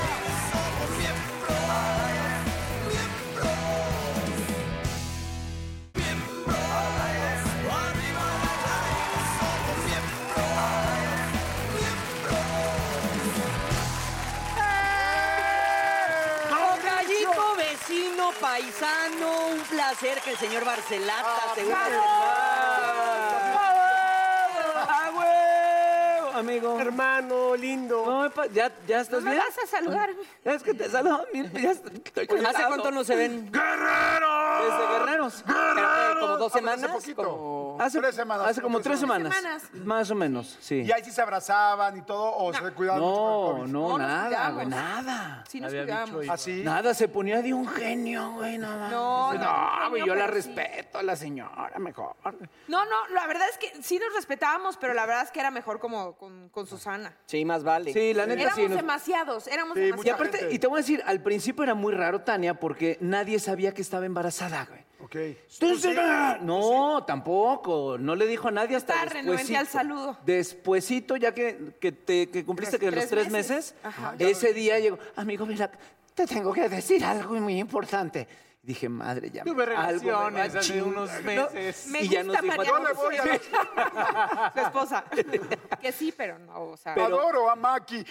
Speaker 5: ¡Tocallito
Speaker 12: a hacer que el señor
Speaker 4: Ah,
Speaker 12: Barcelata seguramente.
Speaker 10: ¡A huevo! Amigo.
Speaker 8: Hermano, lindo.
Speaker 10: No, pa- ya, ya estás
Speaker 7: No me
Speaker 10: bien.
Speaker 7: vas a saludar.
Speaker 10: Es que te saludo. mira, ya estoy- estoy
Speaker 12: ¿Hace
Speaker 10: cansado.
Speaker 12: cuánto no se ven?
Speaker 10: ¡Guerreros! Desde Guerreros.
Speaker 12: ¡Guerreros!
Speaker 10: Como dos
Speaker 12: Ah, pues hace
Speaker 10: semanas.
Speaker 12: poquito.
Speaker 10: como- Hace,
Speaker 6: Tres semanas,
Speaker 10: hace como tres semanas.
Speaker 6: semanas.
Speaker 10: Más o menos, sí.
Speaker 6: Y ahí sí se abrazaban y todo, o se cuidaban mucho
Speaker 10: No,
Speaker 6: con el COVID.
Speaker 10: no, nada, güey, nada.
Speaker 7: Sí, nos
Speaker 10: Había dicho
Speaker 7: cuidamos.
Speaker 10: ella. Nada, se ponía de un genio, güey, nada.
Speaker 7: No, no,
Speaker 10: no, güey,
Speaker 7: genio,
Speaker 10: yo la
Speaker 7: pero sí.
Speaker 10: respeto a la señora, mejor.
Speaker 7: (laughs) No, no, la verdad es que sí nos respetábamos, pero la verdad es que era mejor como con, con Susana.
Speaker 12: Sí, más vale.
Speaker 10: Sí, la neta
Speaker 7: éramos
Speaker 10: sí. nos-
Speaker 7: demasiados, éramos
Speaker 10: y
Speaker 7: demasiados.
Speaker 10: aparte, y te voy a decir, al principio era muy raro Tania porque nadie sabía que estaba embarazada, güey.
Speaker 6: Ok.
Speaker 10: Entonces, ah, no, tampoco. No le dijo a nadie hasta
Speaker 7: Está renuente
Speaker 10: despuesito.
Speaker 7: al saludo.
Speaker 10: Despuesito, ya que, que, te, que cumpliste que
Speaker 7: Tres-
Speaker 10: los
Speaker 7: tres
Speaker 10: tres meses,
Speaker 7: meses. Ajá.
Speaker 10: ese día llegó, amigo, mira, te tengo que decir algo muy importante. Dije, madre, ya.
Speaker 3: Tuve
Speaker 10: algo me va a
Speaker 3: relaciones hace
Speaker 10: chingar,
Speaker 3: unos
Speaker 10: ¿no?
Speaker 3: meses.
Speaker 7: Me
Speaker 10: y ya nos
Speaker 7: gusta
Speaker 10: dijo,
Speaker 7: María
Speaker 10: "Yo le voy a la
Speaker 7: José". (laughs) Su
Speaker 10: (laughs)
Speaker 7: esposa. que sí, pero no, o sea.
Speaker 6: Adoro a Maki.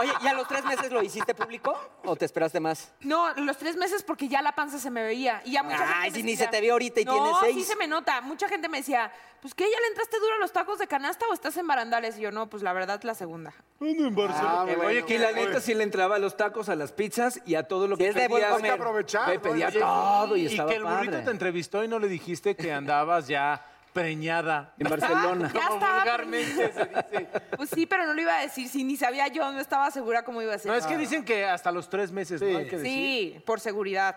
Speaker 12: Oye, ¿y a los tres meses lo hiciste público o te esperaste más?
Speaker 7: No, los tres meses porque ya la panza se me veía. Y ya mucha gente
Speaker 12: Ay,
Speaker 7: me
Speaker 12: si ni
Speaker 7: decía-
Speaker 12: se te ve ahorita y
Speaker 7: no,
Speaker 12: tienes seis.
Speaker 7: sí se me nota. Mucha gente me decía, pues que ya le entraste duro a los tacos de canasta o estás en barandales. Y yo, no, pues la verdad, la segunda.
Speaker 10: Ah, bueno, Oye, que la neta sí le entraba a los tacos, a las pizzas y a todo lo que
Speaker 12: es de
Speaker 10: pedías.
Speaker 12: buen comer.
Speaker 10: güey,
Speaker 12: Hay que aprovechar,
Speaker 10: güey,
Speaker 12: ¿no?
Speaker 10: pedía
Speaker 12: Oye,
Speaker 10: todo y
Speaker 3: Y
Speaker 10: estaba
Speaker 3: que el burrito
Speaker 10: padre.
Speaker 3: te entrevistó y no le dijiste que andabas ya preñada.
Speaker 10: En Barcelona.
Speaker 7: Ya
Speaker 3: Como
Speaker 7: estaba
Speaker 3: vulgarmente se dice.
Speaker 7: Pues sí, pero no lo iba a decir. Si ni sabía yo, no estaba segura cómo iba a ser.
Speaker 3: No, es que dicen que hasta los tres meses, ¿no? Hay que decir.
Speaker 7: Sí, por seguridad.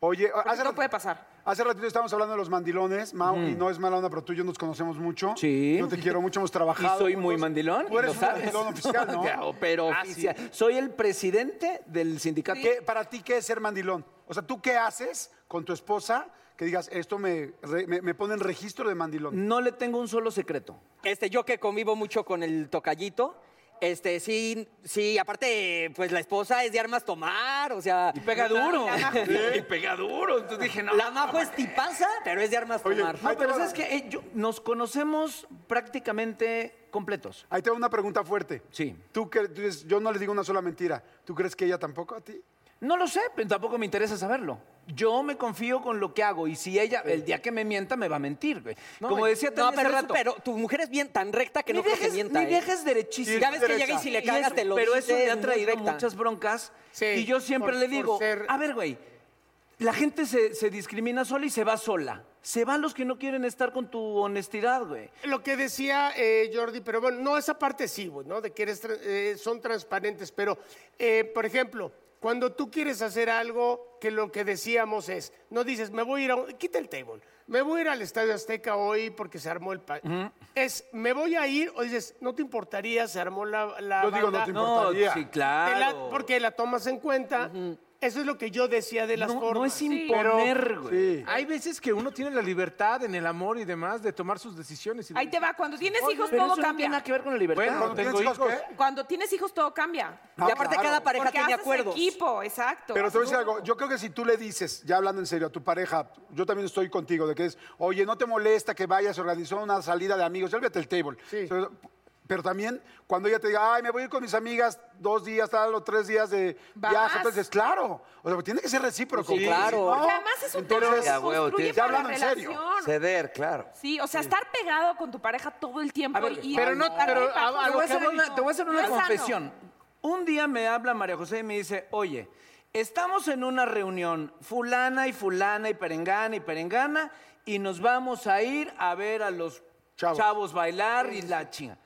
Speaker 6: Oye,
Speaker 7: Porque no puede pasar.
Speaker 6: Hace ratito estábamos hablando de los mandilones, Mau, y no es mala onda, pero tú y yo nos conocemos mucho.
Speaker 10: Mm. Sí.
Speaker 6: Yo te quiero mucho, hemos trabajado.
Speaker 10: Y soy muy
Speaker 6: juntos.
Speaker 10: mandilón.
Speaker 6: Tú eres
Speaker 10: lo
Speaker 6: un
Speaker 10: sabes.
Speaker 6: mandilón oficial, ¿no?
Speaker 10: (laughs) Ya, pero
Speaker 6: Ah,
Speaker 10: oficial.
Speaker 6: sí.
Speaker 10: Soy el presidente del sindicato.
Speaker 6: ¿Qué- para ti, ¿qué es ser mandilón? O sea, ¿tú qué haces con tu esposa que digas, esto me, re- me, me pone en registro de mandilón?
Speaker 10: No le tengo un solo secreto.
Speaker 12: Este, yo que convivo mucho con el tocallito, este, sí, sí, aparte, pues la esposa es de armas tomar, o sea. Y
Speaker 10: pega duro.
Speaker 12: La,
Speaker 10: Y pega (laughs) duro. Entonces dije, no.
Speaker 12: la majo es tipaza, pero es de armas tomar.
Speaker 10: No, pero sabes que eh, nos conocemos prácticamente completos.
Speaker 6: Ahí te va una pregunta fuerte.
Speaker 10: Sí.
Speaker 6: ¿Tú cre- tú dices, yo no le digo una sola mentira. ¿Tú crees que ella tampoco a ti?
Speaker 10: No lo sé, pero tampoco me interesa saberlo. Yo me confío con lo que hago y si ella, el día que me mienta, me va a mentir, güey. Como decía
Speaker 12: no,
Speaker 10: Tania
Speaker 12: pero,
Speaker 10: hace
Speaker 12: es-
Speaker 10: rato.
Speaker 12: pero tu mujer es bien tan recta que
Speaker 10: mi
Speaker 12: no creo
Speaker 10: vieja
Speaker 12: que
Speaker 10: es,
Speaker 12: mienta.
Speaker 10: mi
Speaker 12: ¿eh?
Speaker 10: vieja es derechita.
Speaker 12: Ya ves que llega y si le
Speaker 10: Y eso-
Speaker 12: cagas te lo
Speaker 10: Pero
Speaker 12: dice,
Speaker 10: eso le ha
Speaker 12: es muy
Speaker 10: traído
Speaker 12: recta.
Speaker 10: muchas broncas.
Speaker 12: Sí,
Speaker 10: y yo siempre
Speaker 12: por-
Speaker 10: le
Speaker 12: por
Speaker 10: digo,
Speaker 12: ser-
Speaker 10: a ver, güey, la gente se, se discrimina sola y se va sola. Se van los que no quieren estar con tu honestidad, güey.
Speaker 8: Lo que decía eh, Jordi, pero bueno, no, esa parte sí, güey, ¿no? De que eres, tra- eh, son transparentes, pero, eh, por ejemplo, cuando tú quieres hacer algo que lo que decíamos es, no dices, me voy a ir a un, quita el table, me voy a ir al Estadio Azteca hoy porque se armó el país. Es, me voy a ir, o dices, no te importaría, se armó la, la
Speaker 6: Yo digo, no
Speaker 8: banda".
Speaker 6: te
Speaker 10: No,
Speaker 6: importaría.
Speaker 10: sí,
Speaker 8: Te la-
Speaker 10: claro.
Speaker 8: porque la tomas en cuenta. Eso es lo que yo decía de las
Speaker 10: No,
Speaker 8: formas.
Speaker 10: no es
Speaker 8: Pero-
Speaker 10: imponer, güey.
Speaker 3: Hay veces que uno tiene la libertad en el amor y demás de tomar sus decisiones. y
Speaker 7: Ahí te va. Cuando tienes hijos,
Speaker 10: Pero
Speaker 7: todo
Speaker 10: eso no tiene
Speaker 7: cambia.
Speaker 10: nada que ver con la libertad.
Speaker 3: Bueno,
Speaker 10: güey.
Speaker 3: tengo hijos.
Speaker 7: Cuando tienes hijos, todo cambia.
Speaker 6: No,
Speaker 12: y aparte
Speaker 6: claro.
Speaker 12: cada pareja
Speaker 7: Porque
Speaker 12: tiene
Speaker 7: haces
Speaker 12: acuerdos.
Speaker 7: equipo, exacto.
Speaker 6: Pero te voy a decir
Speaker 7: Haces-
Speaker 6: algo, yo creo que si tú le dices, ya hablando en serio, a tu pareja, yo también estoy contigo, de que es, oye, no te molesta que vayas, organizó una salida de amigos, olvídate el table. Pero, pero también cuando ella te diga, ay, me voy a ir con mis amigas dos días, tal, o tres días de
Speaker 7: Vas.
Speaker 6: viaje, entonces, claro, o sea, tiene que ser recíproco.
Speaker 12: Sí, claro.
Speaker 6: No,
Speaker 12: Porque
Speaker 7: además es un
Speaker 6: entonces,
Speaker 7: tema que
Speaker 4: Ya, huevo,
Speaker 7: construye
Speaker 4: tienes-
Speaker 6: ya
Speaker 7: para la
Speaker 6: hablando en serio.
Speaker 7: relación.
Speaker 4: Ceder, claro.
Speaker 7: Sí, o sea, estar pegado con tu pareja todo el tiempo. y
Speaker 10: pero no,
Speaker 7: estar
Speaker 10: pero
Speaker 7: de
Speaker 10: a- a
Speaker 7: paso,
Speaker 10: lo que voy,
Speaker 7: no.
Speaker 10: te voy a hacer
Speaker 7: No
Speaker 10: una
Speaker 7: es sano.
Speaker 10: confesión. Un día me habla María José y me dice, oye, estamos en una reunión, fulana y fulana y perengana y perengana, y nos vamos a ir a ver a los
Speaker 6: Chavos.
Speaker 10: chavos, bailar y la chinga.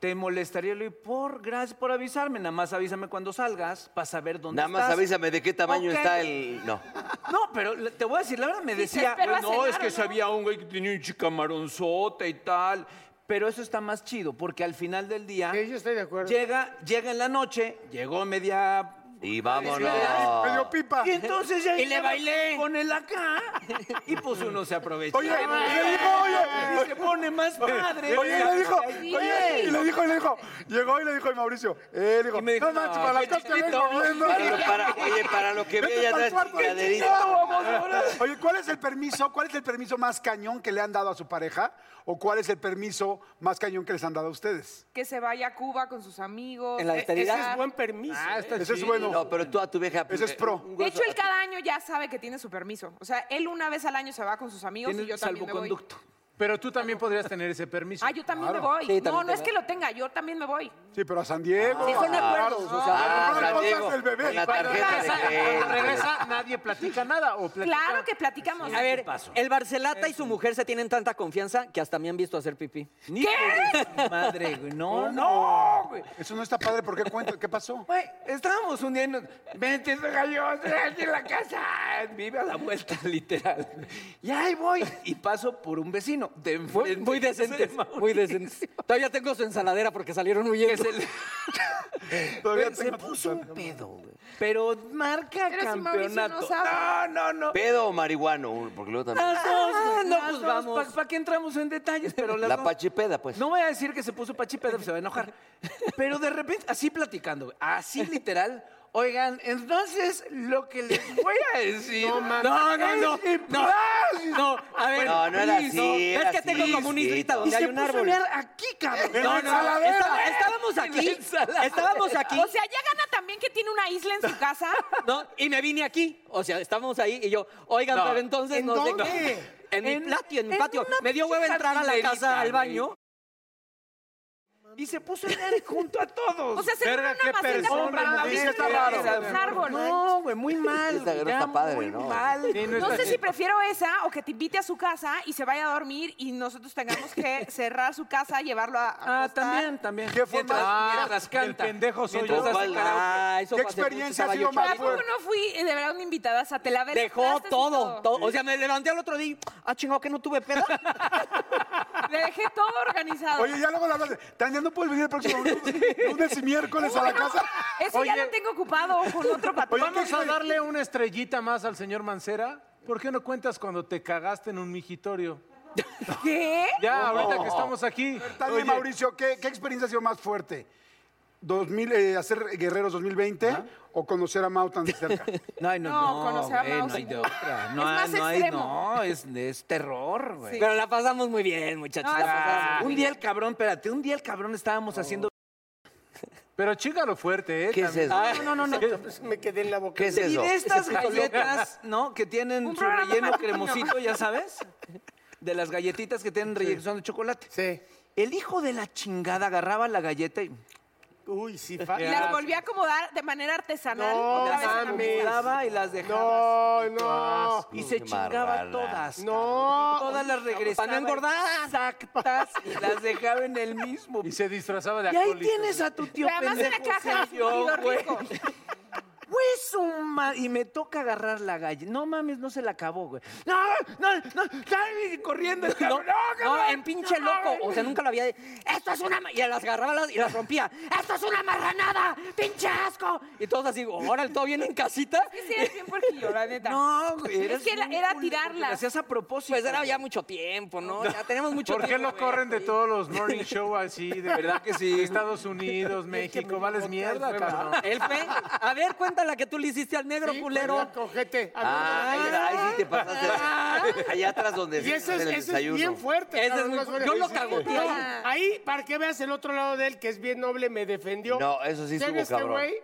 Speaker 10: ¿Te molestaría, Luis? Por, gracias por avisarme. Nada más avísame cuando salgas para saber dónde
Speaker 4: Nada más
Speaker 10: estás.
Speaker 4: avísame de qué tamaño
Speaker 10: Ok.
Speaker 4: está el. No.
Speaker 10: No, pero le- te voy a decir, la verdad me
Speaker 7: te
Speaker 10: decía,
Speaker 7: espero a
Speaker 10: no,
Speaker 7: cenar,
Speaker 10: es que
Speaker 7: ¿o no?"
Speaker 10: sabía un güey que tenía un chicamaronzote y tal. Pero eso está más chido, porque al final del día
Speaker 8: Sí, yo estoy de acuerdo.
Speaker 10: llega, llega en la noche, llegó media.
Speaker 4: Y
Speaker 6: Ay, Me
Speaker 4: vámonos.
Speaker 6: dio pipa.
Speaker 10: Y entonces ya
Speaker 12: Y le
Speaker 10: llegaba
Speaker 12: bailé.
Speaker 10: con el acá. Y pues uno se aprovecha.
Speaker 6: Oye, y le dijo, oye,
Speaker 10: Y se pone más padre.
Speaker 6: Oye, y le dijo,
Speaker 10: Bien.
Speaker 6: oye, y le dijo, y le dijo, llegó y le dijo, y Mauricio, eh, le dijo,
Speaker 10: Y me dijo,
Speaker 6: no manches, para las
Speaker 10: "No,
Speaker 6: cosas que vengo
Speaker 10: chiquito".
Speaker 6: viendo.
Speaker 4: Para lo- para- oye, para lo que
Speaker 6: Vete
Speaker 4: ve, ya
Speaker 6: pa'l
Speaker 4: traes
Speaker 6: cuarto de
Speaker 4: chingaderita.
Speaker 6: chiquito, vamos, ahora. Oye, ¿cuál es el permiso? ¿Cuál es el permiso más cañón que le han dado a su pareja? ¿O cuál es el permiso más cañón que les han dado a ustedes?
Speaker 7: Que se vaya a Cuba con sus amigos.
Speaker 12: En la
Speaker 7: Eh,
Speaker 12: austeridad.
Speaker 8: Ese es buen permiso.
Speaker 3: Ah,
Speaker 8: ¿eh?
Speaker 3: está
Speaker 6: Ese es
Speaker 3: chido.
Speaker 6: bueno.
Speaker 4: No, pero tú a tu vieja. eh,
Speaker 6: Ese es pro.
Speaker 7: De hecho, él cada año ya sabe que tiene su permiso. O sea, él una vez al año se va con sus amigos y yo también me voy.
Speaker 3: Pero tú también podrías tener ese permiso.
Speaker 7: Ah, yo también
Speaker 3: Claro.
Speaker 7: me voy.
Speaker 3: Sí, también
Speaker 7: no,
Speaker 3: te
Speaker 7: no es que lo tenga, yo también me voy.
Speaker 6: Sí, pero a San Diego.
Speaker 7: Sí, son acuerdos, o sea,
Speaker 6: Ah,
Speaker 7: no, no,
Speaker 6: San
Speaker 7: no,
Speaker 6: Diego,
Speaker 7: no, el bebé.
Speaker 6: con la
Speaker 7: Cuando
Speaker 6: tarjeta de
Speaker 7: regresa-
Speaker 6: crédito.
Speaker 3: Cuando regresa, nadie platica nada. O platica-
Speaker 7: Claro que platicamos.
Speaker 12: A ver, el
Speaker 10: Eh,
Speaker 12: Barcelata y su mujer se tienen tanta confianza que hasta me han visto hacer pipí. Oh,
Speaker 10: ¿Qué? Madre, güey. No, no, güey.
Speaker 6: Eso no está padre. ¿Por qué cuenta? ¿Qué pasó?
Speaker 10: (laughs) Güey, estábamos un día y nos... Vente, gallo, en la casa. Vive a la vuelta, (laughs) literal. Y ahí voy. Y paso por un vecino. De enfrente.
Speaker 12: Muy decentes, muy decentes. Todavía tengo su ensaladera porque salieron huyendo.
Speaker 10: Güey, se puso un pedo, güey. Pero marca
Speaker 12: Pero si Mauricio
Speaker 10: campeonato.
Speaker 12: no
Speaker 10: no,
Speaker 12: sabe.
Speaker 10: no, no.
Speaker 4: ¿Pedo o marihuano? Porque luego también.
Speaker 10: Las dos, güey,
Speaker 12: no,
Speaker 10: las
Speaker 12: pues
Speaker 10: dos.
Speaker 12: vamos.
Speaker 10: ¿Para qué entramos en detalles? Pero las
Speaker 4: La
Speaker 10: dos-
Speaker 4: pachipeda, pues.
Speaker 10: No voy a decir que se puso pachipeda, se va a enojar. Pero de repente, así platicando, güey, así literal. Oigan, entonces lo que les voy a decir.
Speaker 12: (laughs) No, mames. No, no, no,
Speaker 10: es
Speaker 12: no.
Speaker 10: imposible.
Speaker 12: No, a ver, No, no era please, así, no. era
Speaker 10: Es que tengo
Speaker 12: así,
Speaker 10: como un
Speaker 12: sí,
Speaker 10: islita
Speaker 12: no.
Speaker 10: donde
Speaker 12: Y
Speaker 10: hay
Speaker 12: se
Speaker 10: un
Speaker 12: puso a
Speaker 10: árbol.
Speaker 12: mear
Speaker 10: aquí, cabrón.
Speaker 12: En la ensaladera.
Speaker 10: estaba- estábamos aquí.
Speaker 12: En la ensaladera.
Speaker 10: Estábamos aquí.
Speaker 7: O sea, ya gana también que tiene una isla en su casa.
Speaker 12: No, y me vine aquí. O sea, estábamos ahí y yo, oigan,
Speaker 10: No.
Speaker 12: pero entonces
Speaker 10: ¿En
Speaker 12: no sé
Speaker 10: dónde?
Speaker 12: qué. (laughs) En,
Speaker 10: En-
Speaker 12: mi patio, en mi
Speaker 10: en
Speaker 12: patio.
Speaker 10: una
Speaker 12: Me dio hueva entrar a la
Speaker 10: jardinerita,
Speaker 12: casa,
Speaker 10: güey.
Speaker 12: al baño.
Speaker 10: Y se puso en aire junto a todos.
Speaker 7: O sea, se Verga, qué maceta persona, para la mujer,
Speaker 10: está
Speaker 7: güey,
Speaker 10: raro.
Speaker 7: es un árbol.
Speaker 10: No, güey, muy mal.
Speaker 4: Esta
Speaker 10: güey,
Speaker 4: no está
Speaker 10: ya
Speaker 4: padre,
Speaker 10: muy
Speaker 4: ¿no?
Speaker 10: mal.
Speaker 7: No sé si prefiero esa o que te invite a su casa y se vaya a dormir y nosotros tengamos que cerrar su casa, llevarlo a. a
Speaker 10: Ah, también, también. ¿Qué
Speaker 7: fue
Speaker 10: mientras,
Speaker 7: más?
Speaker 10: mientras
Speaker 3: el
Speaker 10: canta.
Speaker 3: pendejo soy
Speaker 10: mientras
Speaker 3: yo.
Speaker 10: hace
Speaker 3: ¿Cuál?
Speaker 10: karaoke.
Speaker 12: Ah, eso
Speaker 10: ¿Qué
Speaker 12: fue hace
Speaker 10: experiencia
Speaker 12: mucho, estaba
Speaker 10: ha sido
Speaker 12: yo
Speaker 10: más
Speaker 7: ¿A
Speaker 12: chavito.
Speaker 7: poco no fui eh, de verdad una invitada? O sea, te la
Speaker 12: Dejó todo, todo. O sea, me levanté al otro día. y, Ah, chingado, que no tuve (laughs) pedo.
Speaker 7: Le dejé todo organizado.
Speaker 6: Oye, ya luego la hablas. Tania, ¿no puedes venir el
Speaker 3: (laughs)
Speaker 6: próximo lunes, lunes y miércoles a la casa?
Speaker 7: Eso ya lo tengo ocupado con otro patrón.
Speaker 3: Vamos a darle una estrellita más al señor Mancera. ¿Por qué no cuentas cuando te cagaste en un
Speaker 10: (laughs)
Speaker 3: mijitorio?
Speaker 7: ¿Qué?
Speaker 3: Ya, ahorita que estamos aquí.
Speaker 6: Tania,
Speaker 3: Oye,
Speaker 6: Mauricio, ¿qué, qué experiencia ha sido más fuerte? 2000, eh, ¿Hacer Guerreros 2020 o conocer a Mautan de cerca?
Speaker 10: (laughs) No, no,
Speaker 7: No,
Speaker 10: no,
Speaker 7: conocer a
Speaker 10: güey, no
Speaker 7: Mao
Speaker 10: hay
Speaker 7: sí.
Speaker 10: de otra. No,
Speaker 7: Es más
Speaker 10: no hay,
Speaker 7: extremo.
Speaker 10: no, es, es terror, güey.
Speaker 12: Pero la pasamos muy bien, muchachos.
Speaker 7: No,
Speaker 12: la
Speaker 7: eso
Speaker 12: pasamos muy
Speaker 10: Un
Speaker 12: bien.
Speaker 10: día el cabrón, espérate, un día el cabrón estábamos (laughs) haciendo...
Speaker 3: Pero chíngalo fuerte, ¿eh?
Speaker 4: ¿Qué es
Speaker 3: También.
Speaker 4: eso?
Speaker 10: Ah, no, no, no.
Speaker 8: Me quedé en la boca.
Speaker 4: ¿Qué es
Speaker 10: Y
Speaker 4: eso?
Speaker 10: de (laughs) estas galletas, ¿no? Que tienen
Speaker 7: Un
Speaker 10: su
Speaker 7: programa
Speaker 10: relleno
Speaker 7: matutino.
Speaker 10: cremosito, ya sabes. De las galletitas que tienen relleno que son de chocolate.
Speaker 8: Sí.
Speaker 10: El hijo de la chingada agarraba la galleta y
Speaker 8: Uy, sí,
Speaker 7: Y
Speaker 8: fácil.
Speaker 7: las volví a acomodar de manera artesanal.
Speaker 8: No,
Speaker 7: otra vez en la
Speaker 8: mames.
Speaker 7: mesa.
Speaker 10: daba y las dejaba.
Speaker 8: No,
Speaker 10: así.
Speaker 8: no.
Speaker 10: Y se
Speaker 4: Qué
Speaker 10: chingaba
Speaker 4: barbala.
Speaker 10: todas.
Speaker 8: No.
Speaker 10: cabrón. Todas las regresaba.
Speaker 12: Para no engordar.
Speaker 10: Exactas. Y las dejaba en el mismo.
Speaker 3: Y se disfrazaba de
Speaker 10: Y ahí
Speaker 3: acólito.
Speaker 10: tienes a tu tío
Speaker 7: Pero además en la
Speaker 10: pendejo,
Speaker 7: caja,
Speaker 10: soy yo,
Speaker 7: surtido
Speaker 10: güey.
Speaker 7: rico.
Speaker 10: Güey, su ma- Y me toca agarrar la galleta. No mames, no se la acabó, güey. No, no, no, sale corriendo el
Speaker 12: No,
Speaker 10: cabrón. No,
Speaker 12: no,
Speaker 8: eh,
Speaker 10: cabrón,
Speaker 12: en pinche
Speaker 10: no
Speaker 12: loco.
Speaker 10: mames.
Speaker 12: O sea, nunca lo había. Esto es una. ma-". Y las agarraba las- y las rompía. Esto es una marranada. Pinche asco. Y todos así, ahora todo bien en casita.
Speaker 7: Es que sí eres bien puerquillo, la neta.
Speaker 10: No, güey.
Speaker 7: Es
Speaker 10: eres
Speaker 7: que era-
Speaker 10: un culero,
Speaker 7: era
Speaker 10: porque
Speaker 7: tirarlas.
Speaker 10: lo hacías a propósito.
Speaker 12: Pues era
Speaker 10: güey.
Speaker 12: ya mucho tiempo, ¿no? Ya tenemos mucho
Speaker 3: ¿Por qué
Speaker 12: tiempo.
Speaker 3: lo corren de todos los morning show así?
Speaker 8: (laughs)
Speaker 3: De verdad que sí. Estados Unidos, México, vales mierda, cabrón.
Speaker 8: Eh,
Speaker 12: Él fue. A ver, cuéntala que tú le hiciste al negro
Speaker 8: pues
Speaker 12: culero.
Speaker 8: Cogete.
Speaker 4: Ah, ahí, ahí sí te pasaste.
Speaker 10: Ah.
Speaker 4: Allá atrás donde
Speaker 8: Y eso
Speaker 4: hacen el
Speaker 8: es, eso es
Speaker 4: desayuno.
Speaker 8: bien fuerte.
Speaker 12: Ese es
Speaker 8: cabrón,
Speaker 12: muy
Speaker 8: no
Speaker 12: fuerte. Yo lo
Speaker 8: suena-
Speaker 12: cagoteé.
Speaker 8: No, Ahí, para que veas el otro lado de él, que es bien noble, me defendió.
Speaker 4: No, eso sí
Speaker 8: ¿Ya
Speaker 4: estuvo
Speaker 8: viste,
Speaker 4: cabrón.
Speaker 8: güey?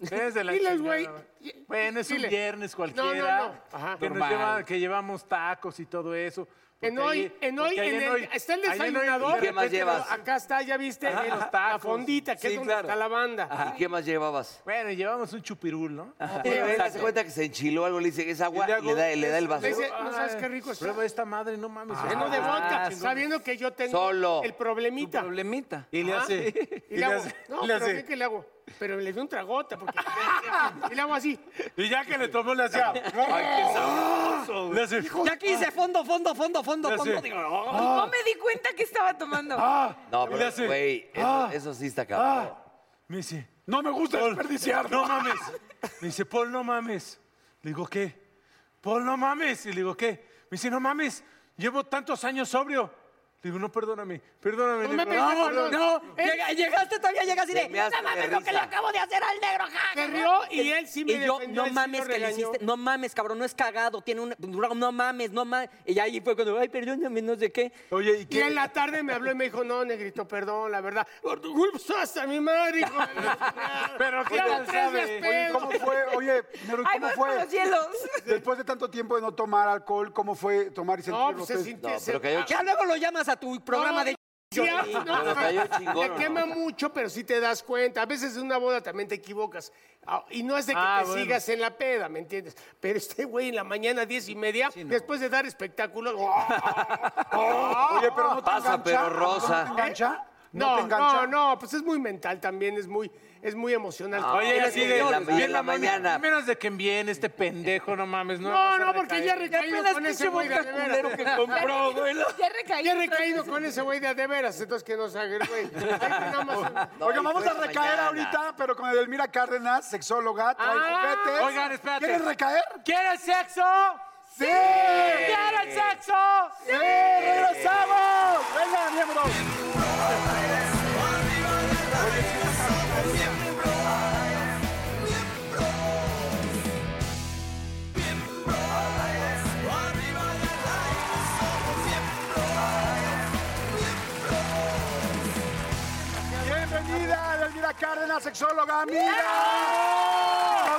Speaker 3: Es de la
Speaker 8: Diles,
Speaker 3: chingada,
Speaker 8: güey.
Speaker 3: güey. Bueno, es
Speaker 8: Dile.
Speaker 3: un viernes
Speaker 8: No, no,
Speaker 3: cualquiera.
Speaker 8: no. Ajá.
Speaker 3: que, nos
Speaker 8: Normal.
Speaker 3: lleva- que llevamos tacos y todo eso. Porque
Speaker 8: En hoy,
Speaker 3: ahí-
Speaker 8: en hoy,
Speaker 3: porque ahí
Speaker 8: en el- está el
Speaker 3: ahí en hoy, de
Speaker 8: desayunador.
Speaker 4: ¿Y qué más
Speaker 3: repente,
Speaker 4: llevas?
Speaker 3: acá-
Speaker 8: Acá está, ya viste,
Speaker 3: Ajá,
Speaker 8: el-
Speaker 3: los
Speaker 8: la
Speaker 3: tacos.
Speaker 8: fondita, que
Speaker 3: Sí,
Speaker 8: es donde
Speaker 3: claro.
Speaker 8: está la banda.
Speaker 4: ¿Y qué más llevabas?
Speaker 3: Bueno, llevamos un chupirul, ¿no?
Speaker 4: Pero él hace cuenta que se enchiló algo, le dice, es agua,
Speaker 3: Y le
Speaker 4: le,
Speaker 3: hago-
Speaker 4: da, le da el vaso.
Speaker 8: Le dice, no sabes qué rico está.
Speaker 3: Ah, Prueba esta madre, no
Speaker 6: (laughs)
Speaker 3: mames.
Speaker 8: Lleno
Speaker 10: Ah,
Speaker 8: de vodka,
Speaker 3: chingón.
Speaker 8: sabiendo que yo tengo
Speaker 4: Solo.
Speaker 8: el problemita.
Speaker 10: Problemita. Ah,
Speaker 3: Y le hace.
Speaker 8: Y le hago,
Speaker 3: hace-
Speaker 8: no,
Speaker 3: le
Speaker 8: pero
Speaker 3: hace-
Speaker 8: ¿qué que le hago? Pero le di un tragota, porque... y le hago así.
Speaker 3: Y ya que le tomó, le (laughs) hacía. ¡Ay, qué sabroso! Le hace. "Ah".
Speaker 12: Ya aquí hice fondo, fondo, fondo, fondo,
Speaker 3: Ya
Speaker 12: fondo.
Speaker 3: sé.
Speaker 12: Digo, no.
Speaker 7: No me di (laughs) cuenta que estaba
Speaker 6: Ah.
Speaker 7: tomando.
Speaker 4: No,
Speaker 3: Le
Speaker 4: pero,
Speaker 3: hace-
Speaker 4: güey, eso,
Speaker 3: Ah.
Speaker 4: eso sí está cabrón.
Speaker 3: Me dice,
Speaker 6: No me gusta
Speaker 3: Paul,
Speaker 6: desperdiciar.
Speaker 3: no mames. Me dice, Paul, no mames. Le digo, ¿qué? Paul, no mames. Y le digo, ¿qué? Me dice, no mames, llevo tantos años sobrio. Le digo, no, perdóname, perdóname. Le digo,
Speaker 12: pidas perdón. Eh,
Speaker 3: Llega-
Speaker 12: Te measte de risa.
Speaker 5: hacer al negro! ja,
Speaker 8: Se
Speaker 5: ja,
Speaker 8: rió
Speaker 5: ja".
Speaker 8: y él sí me
Speaker 12: y yo,
Speaker 8: defendió,
Speaker 12: no
Speaker 8: él sí
Speaker 12: mames
Speaker 8: lo
Speaker 12: que le
Speaker 8: regañó.
Speaker 12: hiciste, no mames, cabrón, no es cagado, tiene un, no mames, no mames. Y ahí fue cuando, ay, perdóname, no sé qué.
Speaker 3: Oye,
Speaker 8: Y en la tarde me habló y me dijo, no, negrito, perdón, la verdad. Por tu culpa hasta mi madre, hijo de la chingada.
Speaker 3: Pero
Speaker 8: Ya tres días
Speaker 6: Oye,
Speaker 8: pedo.
Speaker 6: ¿cómo fue? Oye, Nero, ¿cómo
Speaker 8: Ay, voy
Speaker 6: fue?
Speaker 8: por los hielos.
Speaker 6: (laughs) Después de tanto tiempo de no tomar alcohol, ¿cómo fue tomar y sentir
Speaker 8: No,
Speaker 6: los
Speaker 8: pues se
Speaker 6: pedos?
Speaker 8: sintió- No, pero se- cayó- Ya
Speaker 12: luego
Speaker 10: (laughs)
Speaker 12: lo llamas a tu
Speaker 8: No, sí, ah, no,
Speaker 6: Pero cayó chingón,
Speaker 8: Te
Speaker 6: ¿o
Speaker 8: quema mucho, pero sí te das cuenta. A veces en una boda también te equivocas. Ah, Y no es de que
Speaker 3: Ah,
Speaker 8: te
Speaker 3: bueno.
Speaker 8: sigas en la peda, ¿me entiendes? Pero este güey en la mañana, diez y media, después de dar espectáculos.
Speaker 6: Oye, pero no te Pasa, engancha, pero ¿no rosa. te
Speaker 8: Ah,
Speaker 6: engancha? ¿No
Speaker 8: ¿Eh? No,
Speaker 6: te engancha?
Speaker 8: no, no, pues es muy mental también, es muy, es muy emocional.
Speaker 4: Ah,
Speaker 3: Oye,
Speaker 8: Tienes
Speaker 3: así
Speaker 8: que-
Speaker 3: de
Speaker 8: No,
Speaker 3: bien
Speaker 8: bien
Speaker 3: mamón,
Speaker 8: mamón.
Speaker 3: Menos de que viene este pendejo, no mames. No,
Speaker 8: No,
Speaker 3: vas a
Speaker 8: no, porque ya he
Speaker 3: recaer.
Speaker 8: recaído
Speaker 3: apenas
Speaker 8: con ese
Speaker 3: pinche
Speaker 8: güey de
Speaker 3: vodka culero
Speaker 8: veras.
Speaker 3: que compró, güey.
Speaker 8: (laughs) Ya he recaído, con ese güey de de veras, entonces que no salga el güey. Ahí (laughs) tenemos un-
Speaker 6: Oigan, vamos a recaer ahorita, pero con Edelmira Cárdenas, sexóloga, trae
Speaker 3: Ah,
Speaker 6: juguetes.
Speaker 3: Oigan, espérate.
Speaker 6: ¿Quieres recaer?
Speaker 3: ¿Quieres sexo?
Speaker 6: ¡Sí!
Speaker 3: ¿Quieres sexo?
Speaker 6: ¡Sí! ¡Regresamos! ¡Venga, miembros! Bienvenida, Elvira Cárdenas, sexóloga, amiga,